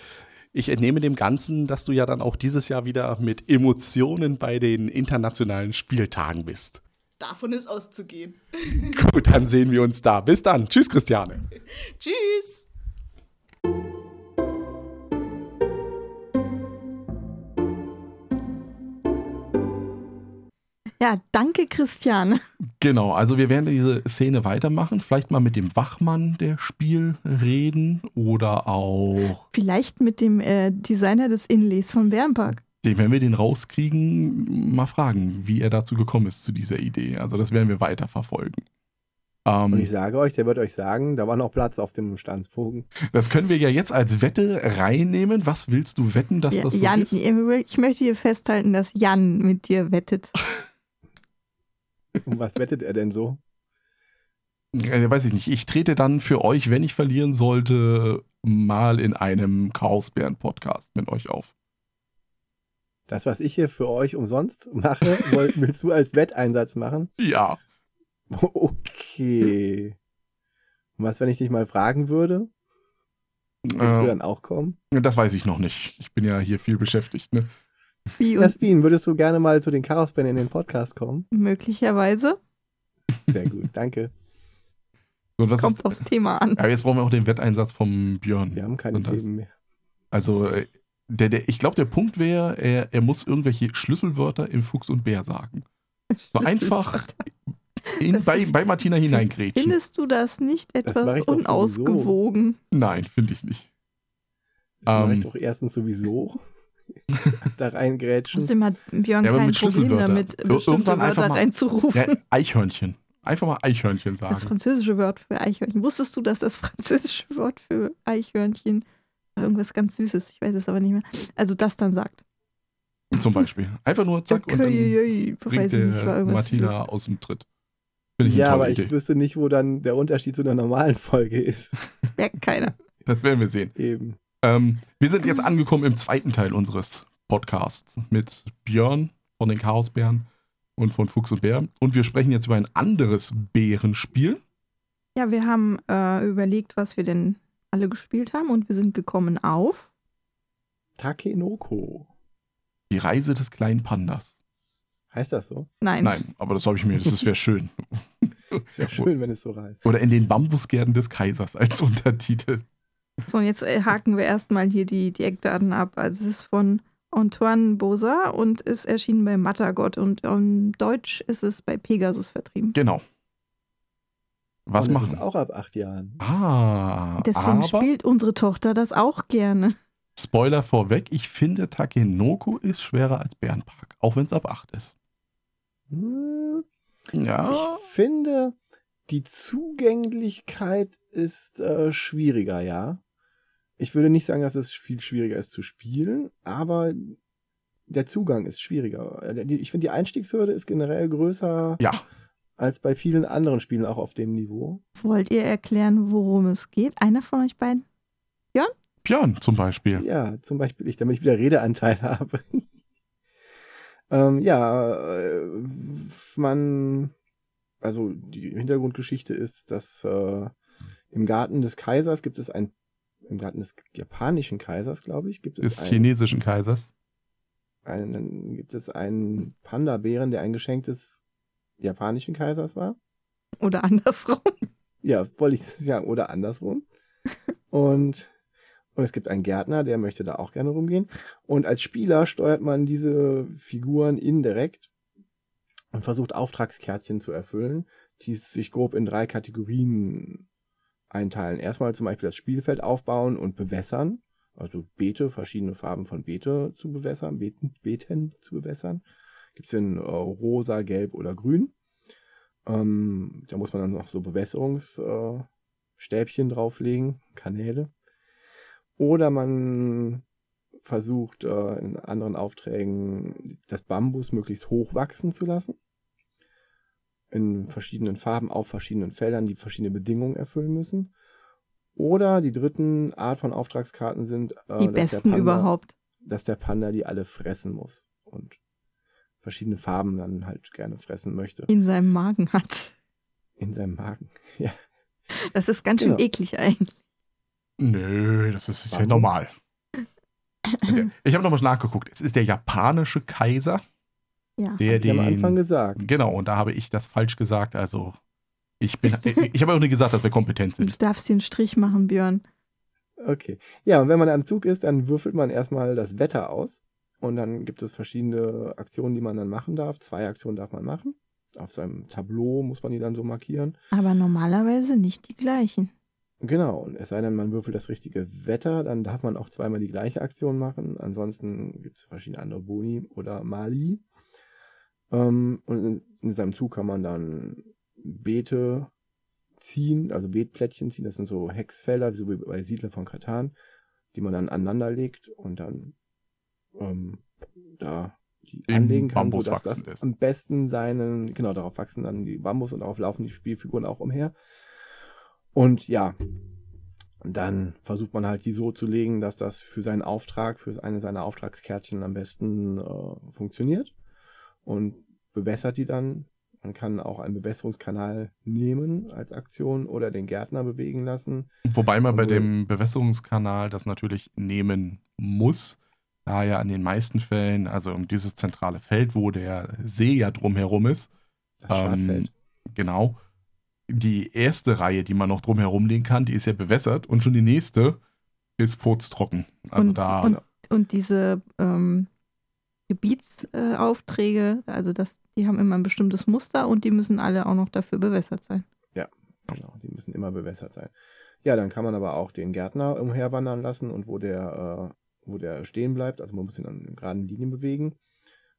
[SPEAKER 1] ich entnehme dem Ganzen, dass du ja dann auch dieses Jahr wieder mit Emotionen bei den internationalen Spieltagen bist.
[SPEAKER 5] Davon ist auszugehen.
[SPEAKER 1] Gut, dann sehen wir uns da. Bis dann. Tschüss, Christiane.
[SPEAKER 5] Tschüss!
[SPEAKER 2] Ja, danke, Christian.
[SPEAKER 1] Genau, also wir werden diese Szene weitermachen. Vielleicht mal mit dem Wachmann der Spiel reden oder auch,
[SPEAKER 2] Vielleicht mit dem äh, Designer des Inlays von Bärenpark.
[SPEAKER 1] den, wenn wir den rauskriegen, mal fragen, wie er dazu gekommen ist zu dieser Idee. Also das werden wir weiterverfolgen. Ähm,
[SPEAKER 3] Und ich sage euch, der wird euch sagen, da war noch Platz auf dem Standsbogen.
[SPEAKER 1] Das können wir ja jetzt als Wette reinnehmen. Was willst du wetten, dass
[SPEAKER 2] Ja,
[SPEAKER 1] das so
[SPEAKER 2] Jan,
[SPEAKER 1] ist?
[SPEAKER 2] ich möchte hier festhalten, dass Jan mit dir wettet.
[SPEAKER 3] Und was wettet er denn so?
[SPEAKER 1] Äh, weiß ich nicht. Ich trete dann für euch, wenn ich verlieren sollte, mal in einem Chaosbären-Podcast mit euch auf.
[SPEAKER 3] Das, was ich hier für euch umsonst mache, woll- willst du als Wetteinsatz machen?
[SPEAKER 1] Ja.
[SPEAKER 3] Okay. Und was, wenn ich dich mal fragen würde? Würdest du
[SPEAKER 1] Äh,
[SPEAKER 3] dann auch kommen?
[SPEAKER 1] das weiß ich noch nicht. Ich bin ja hier viel beschäftigt. Ne?
[SPEAKER 2] Wie uns
[SPEAKER 3] Jasmin, würdest du gerne mal zu den Chaosbären in den Podcast kommen?
[SPEAKER 2] möglicherweise
[SPEAKER 3] Sehr gut, danke.
[SPEAKER 1] So, was
[SPEAKER 2] kommt
[SPEAKER 1] ist,
[SPEAKER 2] aufs Thema an.
[SPEAKER 1] aber jetzt brauchen wir auch den Wetteinsatz vom Björn.
[SPEAKER 3] Wir haben keine
[SPEAKER 1] Und das-
[SPEAKER 3] Themen mehr.
[SPEAKER 1] Also, äh, der, der, ich glaube, der Punkt wäre, er, er muss irgendwelche Schlüsselwörter im Fuchs und Bär sagen. So einfach in,
[SPEAKER 2] Das
[SPEAKER 1] bei,
[SPEAKER 2] ist-
[SPEAKER 1] bei Martina hineingrätschen.
[SPEAKER 2] Findest du das nicht
[SPEAKER 3] mach
[SPEAKER 2] etwas
[SPEAKER 3] ich doch
[SPEAKER 2] unausgewogen?
[SPEAKER 1] Nein, finde ich nicht.
[SPEAKER 3] Das mache ich
[SPEAKER 1] Ähm.
[SPEAKER 3] doch erstens sowieso. da reingrätschen.
[SPEAKER 2] Außerdem hat Björn
[SPEAKER 1] Ja, aber
[SPEAKER 2] kein
[SPEAKER 1] mit
[SPEAKER 2] Problem
[SPEAKER 1] Schlüsselwörtern.
[SPEAKER 2] damit,
[SPEAKER 1] Ir-
[SPEAKER 2] bestimmte
[SPEAKER 1] irgendwann einfach
[SPEAKER 2] Wörter
[SPEAKER 1] mal-
[SPEAKER 2] reinzurufen.
[SPEAKER 1] Ja, Eichhörnchen. Einfach mal Eichhörnchen
[SPEAKER 2] Das
[SPEAKER 1] sagen.
[SPEAKER 2] französische Wort für Eichhörnchen. Wusstest du, dass das französische Wort für Eichhörnchen irgendwas ganz Süßes, ich weiß es aber nicht mehr, also das dann sagt?
[SPEAKER 1] Zum Beispiel. Einfach nur zack und dann
[SPEAKER 2] Uiuiui,
[SPEAKER 1] bringt
[SPEAKER 2] weiß ich nicht, war
[SPEAKER 1] der
[SPEAKER 2] irgendwas
[SPEAKER 1] Martina
[SPEAKER 2] Süßes.
[SPEAKER 1] aus dem Tritt. Finde ich
[SPEAKER 3] Ja,
[SPEAKER 1] eine tolle
[SPEAKER 3] aber ich
[SPEAKER 1] Idee.
[SPEAKER 3] wüsste nicht, wo dann der Unterschied zu einer normalen Folge ist.
[SPEAKER 2] Das merkt keiner.
[SPEAKER 1] Das werden wir sehen.
[SPEAKER 3] Eben.
[SPEAKER 1] Ähm, wir sind jetzt angekommen im zweiten Teil unseres Podcasts mit Björn von den Chaosbären und von Fuchs und Bär. Und wir sprechen jetzt über ein anderes Bärenspiel.
[SPEAKER 2] Ja, wir haben äh, überlegt, was wir denn alle gespielt haben und wir sind gekommen auf.
[SPEAKER 3] Takenoko.
[SPEAKER 1] Die Reise des kleinen Pandas.
[SPEAKER 3] Heißt das so?
[SPEAKER 2] Nein,
[SPEAKER 1] Nein, aber das habe ich mir, das wäre schön.
[SPEAKER 3] Wäre schön, wenn es so heißt.
[SPEAKER 1] Oder in den Bambusgärten des Kaisers als Untertitel.
[SPEAKER 2] So, und jetzt äh, haken wir erstmal hier die, die Eckdaten ab. Also es ist von Antoine Bosa und ist erschienen bei Mattergott und ähm, Deutsch ist es bei Pegasus vertrieben.
[SPEAKER 1] Genau. Was
[SPEAKER 3] Und es
[SPEAKER 1] machen?
[SPEAKER 3] Ist auch ab acht Jahren. Genau.
[SPEAKER 1] Ah,
[SPEAKER 2] Deswegen
[SPEAKER 1] aber
[SPEAKER 2] spielt unsere Tochter das auch gerne.
[SPEAKER 1] Spoiler vorweg, ich finde Takenoko ist schwerer als Bärenpark, auch wenn es ab 8 ist.
[SPEAKER 3] Hm,
[SPEAKER 1] Ja.
[SPEAKER 3] Ich finde, die Zugänglichkeit ist äh, schwieriger, ja. Ich würde nicht sagen, dass es viel schwieriger ist zu spielen, aber der Zugang ist schwieriger. Äh, die- Ich finde, die Einstiegshürde ist generell größer
[SPEAKER 1] Ja.
[SPEAKER 3] als bei vielen anderen Spielen auch auf dem Niveau.
[SPEAKER 2] Wollt ihr erklären, worum es geht? Einer von euch beiden?
[SPEAKER 1] Björn zum Beispiel.
[SPEAKER 3] Ja, zum Beispiel ich, damit ich wieder Redeanteil habe. ähm, ja, äh, man, also die Hintergrundgeschichte ist, dass äh, im Garten des Kaisers gibt es ein, im Garten des japanischen Kaisers, glaube ich, gibt es
[SPEAKER 1] Des
[SPEAKER 3] ein,
[SPEAKER 1] chinesischen Kaisers.
[SPEAKER 3] einen, gibt es einen Panda-Bären, der ein Geschenk des japanischen Kaisers war.
[SPEAKER 2] Oder andersrum?
[SPEAKER 3] Ja, wollte ich sagen, oder andersrum. Und, und es gibt einen Gärtner, der möchte da auch gerne rumgehen. Und als Spieler steuert man diese Figuren indirekt und versucht Auftragskärtchen zu erfüllen, die sich grob in drei Kategorien einteilen. Erstmal zum Beispiel das Spielfeld aufbauen und bewässern. Also Beete, verschiedene Farben von Beete zu bewässern, Beeten, Beeten zu bewässern. gibt's in äh, rosa, gelb oder grün. Ähm, da muss man dann noch so Bewässerungsstäbchen äh, Stäbchen drauflegen, Kanäle. Oder man versucht äh, in anderen Aufträgen das Bambus möglichst hoch wachsen zu lassen. In verschiedenen Farben, auf verschiedenen Feldern, die verschiedene Bedingungen erfüllen müssen. Oder die dritten Art von Auftragskarten sind äh,
[SPEAKER 2] die
[SPEAKER 3] dass der
[SPEAKER 2] besten
[SPEAKER 3] Panda-
[SPEAKER 2] überhaupt.
[SPEAKER 3] dass der Panda die alle fressen muss und verschiedene Farben dann halt gerne fressen möchte.
[SPEAKER 2] In seinem Magen hat.
[SPEAKER 3] In seinem Magen.
[SPEAKER 2] Das ist ganz schön
[SPEAKER 3] Genau.
[SPEAKER 2] eklig eigentlich.
[SPEAKER 1] Nö, das ist, ist ja
[SPEAKER 3] Warum?
[SPEAKER 1] normal. Der- Ich habe nochmal nachgeguckt. Es ist der japanische Kaiser,
[SPEAKER 2] Ja.
[SPEAKER 1] der
[SPEAKER 3] Ich habe am Anfang
[SPEAKER 1] den.
[SPEAKER 3] gesagt.
[SPEAKER 1] Genau, und da habe ich das falsch gesagt. Also, ich bin.
[SPEAKER 2] Siehst du?
[SPEAKER 1] Ich habe auch nicht gesagt, dass wir kompetent
[SPEAKER 2] Du
[SPEAKER 1] sind.
[SPEAKER 2] darfst dir einen Strich machen, Björn.
[SPEAKER 3] Okay. Ja, und wenn man am Zug ist, dann würfelt man erstmal das Wetter aus. Und dann gibt es verschiedene Aktionen, die man dann machen darf. Zwei Aktionen darf man machen. Auf seinem Tableau muss man die dann so markieren.
[SPEAKER 2] Aber normalerweise nicht die gleichen.
[SPEAKER 3] Genau, und es sei denn, man würfelt das richtige Wetter, dann darf man auch zweimal die gleiche Aktion machen. Ansonsten gibt es verschiedene andere Boni oder Mali. Ähm, und in, in seinem Zug kann man dann Beete ziehen, also Beetplättchen ziehen. Das sind so Hexfelder, so wie bei Siedler von Katan, die man dann aneinander legt und dann ähm, da die
[SPEAKER 1] Im
[SPEAKER 3] anlegen kann,
[SPEAKER 1] Bambus
[SPEAKER 3] sodass das
[SPEAKER 1] wachsen lässt.
[SPEAKER 3] am besten seinen, genau, darauf wachsen dann die Bambus und darauf laufen die Spielfiguren auch umher. Und ja, dann versucht man halt die so zu legen, dass das für seinen Auftrag, für eine seiner Auftragskärtchen am besten äh, funktioniert und bewässert die dann. Man kann auch einen Bewässerungskanal nehmen als Aktion oder den Gärtner bewegen lassen.
[SPEAKER 1] Wobei man bei
[SPEAKER 3] Obwohl-
[SPEAKER 1] dem Bewässerungskanal das natürlich nehmen muss, da ja an den meisten Fällen, also um dieses zentrale Feld, wo der See ja drumherum ist,
[SPEAKER 3] Das
[SPEAKER 1] ähm,
[SPEAKER 3] Schadfeld.
[SPEAKER 1] genau, die erste Reihe, die man noch drumherum legen kann, die ist ja bewässert und schon die nächste ist furztrocken. Also
[SPEAKER 2] Und-
[SPEAKER 1] da,
[SPEAKER 3] Genau.
[SPEAKER 2] und- Und diese ähm, Gebietsaufträge, äh, Aufträge, also das, die haben immer ein bestimmtes Muster und die müssen alle auch noch dafür bewässert sein.
[SPEAKER 3] Genau, die müssen immer bewässert sein. Ja, dann kann man aber auch den Gärtner umherwandern lassen und wo der, äh, wo der stehen bleibt, also man muss ihn dann in geraden Linien bewegen.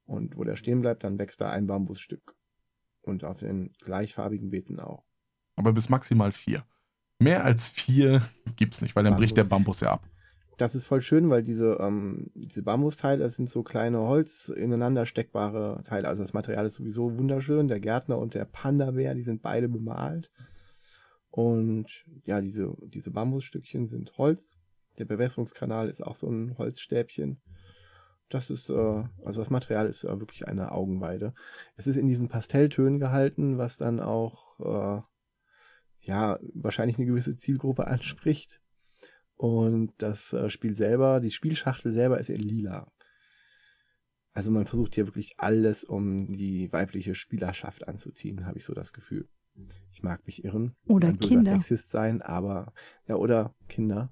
[SPEAKER 3] Und wo der stehen bleibt, dann wächst da ein Bambusstück. Und auf den gleichfarbigen Beeten auch.
[SPEAKER 1] aber bis maximal vier. Mehr als vier gibt es nicht, weil dann bricht der Bambus ja ab.
[SPEAKER 3] Das ist voll schön, weil diese, ähm, diese Bambusteile, das sind so kleine Holz ineinander steckbare Teile. Also das Material ist sowieso wunderschön. Der Gärtner und der Panda-Bär, die sind beide bemalt. Und ja, diese, diese Bambusstückchen sind Holz. Der Bewässerungskanal ist auch so ein Holzstäbchen. Das ist, äh, also das Material ist äh, wirklich eine Augenweide. Es ist in diesen Pastelltönen gehalten, was dann auch, äh, ja, wahrscheinlich eine gewisse Zielgruppe anspricht. Und das äh, Spiel selber, die Spielschachtel selber ist in lila. Also man versucht hier wirklich alles, um die weibliche Spielerschaft anzuziehen, habe ich so das Gefühl. Ich mag mich irren.
[SPEAKER 2] Oder
[SPEAKER 3] Ein böser
[SPEAKER 2] Kinder.
[SPEAKER 3] Sexist sein, aber ja oder Kinder.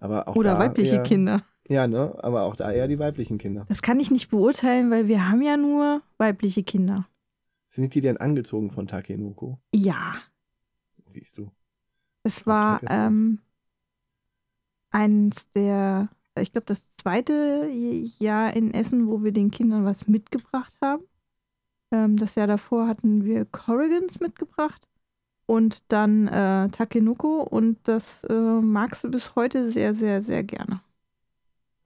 [SPEAKER 3] Aber auch
[SPEAKER 2] Oder
[SPEAKER 3] da
[SPEAKER 2] weibliche
[SPEAKER 3] eher,
[SPEAKER 2] Kinder.
[SPEAKER 3] Ja, ne, aber auch da eher die weiblichen Kinder.
[SPEAKER 2] Das kann ich nicht beurteilen, weil wir haben ja nur weibliche Kinder.
[SPEAKER 3] Sind die denn angezogen von Takenoko?
[SPEAKER 2] Ja,
[SPEAKER 3] Siehst du?
[SPEAKER 2] es
[SPEAKER 3] Hab
[SPEAKER 2] war
[SPEAKER 3] vergessen.
[SPEAKER 2] ähm, eins der, ich glaube, das zweite Jahr in Essen, wo wir den Kindern was mitgebracht haben. Ähm, das Jahr davor hatten wir Corrigans mitgebracht und dann äh, Takenoko und das äh, mag sie bis heute sehr, sehr, sehr gerne.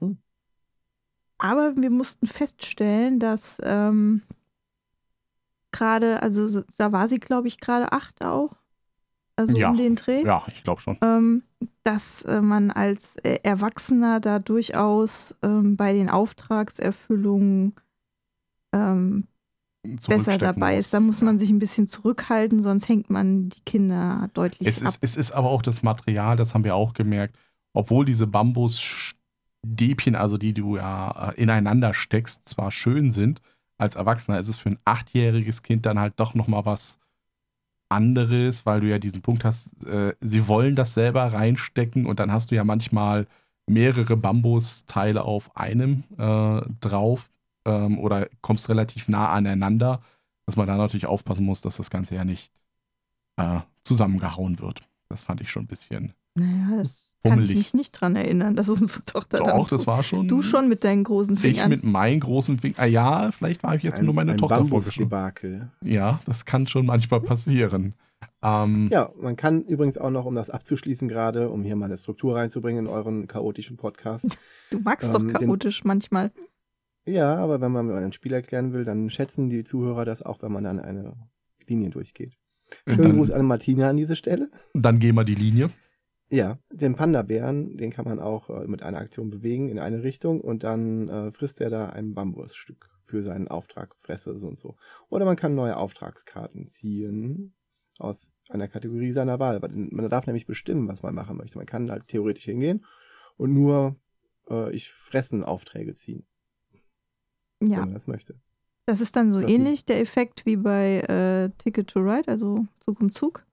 [SPEAKER 3] Hm.
[SPEAKER 2] Aber wir mussten feststellen, dass ähm, gerade, also da war sie, glaube ich, gerade acht auch. Also
[SPEAKER 1] Ja.
[SPEAKER 2] um den Dreh
[SPEAKER 1] Ja, ich glaube schon.
[SPEAKER 2] ähm, dass äh, man als äh, Erwachsener da durchaus ähm, bei den Auftragserfüllungen ähm, besser
[SPEAKER 1] Zurückstecken
[SPEAKER 2] dabei ist. Da muss man sich ein bisschen zurückhalten, sonst hängt man die Kinder deutlich
[SPEAKER 1] Es
[SPEAKER 2] ab.
[SPEAKER 1] ist, es ist aber auch das Material, das haben wir auch gemerkt. Obwohl diese Bambusstäbchen, also die du ja äh, ineinander steckst, zwar schön sind, als Erwachsener ist es für ein achtjähriges Kind dann halt doch nochmal was anderes, weil du ja diesen Punkt hast, äh, sie wollen das selber reinstecken und dann hast du ja manchmal mehrere Bambusteile auf einem äh, drauf ähm, oder kommst relativ nah aneinander, dass man da natürlich aufpassen muss, dass das Ganze ja nicht äh, zusammengehauen wird. Das fand ich schon ein bisschen.
[SPEAKER 2] naja, das kann ich
[SPEAKER 1] fummelig.
[SPEAKER 2] mich nicht dran erinnern, dass unsere Tochter da.
[SPEAKER 1] Doch, das war schon.
[SPEAKER 2] Du schon mit deinen großen
[SPEAKER 1] Ich
[SPEAKER 2] Fingern.
[SPEAKER 1] mit meinen großen Fingern. Ah ja, vielleicht habe ich jetzt nur meine
[SPEAKER 3] ein
[SPEAKER 1] Tochter vorgeschlagen.
[SPEAKER 3] Bambusdebakel.
[SPEAKER 1] Ja, das kann schon manchmal passieren. Ähm,
[SPEAKER 3] Ja, man kann übrigens auch noch, um das abzuschließen gerade, um hier mal eine Struktur reinzubringen in euren chaotischen Podcast.
[SPEAKER 2] du magst
[SPEAKER 3] ähm,
[SPEAKER 2] doch
[SPEAKER 3] den-
[SPEAKER 2] chaotisch manchmal.
[SPEAKER 3] Ja, aber wenn man ein Spiel erklären will, dann schätzen die Zuhörer das auch, wenn man dann eine Linie durchgeht. Schönen Gruß
[SPEAKER 1] dann,
[SPEAKER 3] an Martina an dieser Stelle.
[SPEAKER 1] dann gehen wir die Linie.
[SPEAKER 3] Ja, den Panda-Bären, den kann man auch äh, mit einer Aktion bewegen in eine Richtung und dann äh, frisst er da ein Bambusstück für seinen Auftrag, Fresse so und so. Oder man kann neue Auftragskarten ziehen aus einer Kategorie seiner Wahl. weil Man darf nämlich bestimmen, was man machen möchte. Man kann halt theoretisch hingehen und nur äh, ich fressen Aufträge ziehen, wenn
[SPEAKER 2] Ja,
[SPEAKER 3] man das möchte.
[SPEAKER 2] das ist dann so
[SPEAKER 3] Das-
[SPEAKER 2] ähnlich der Effekt wie bei äh, Ticket to Ride, also Zug um Zug,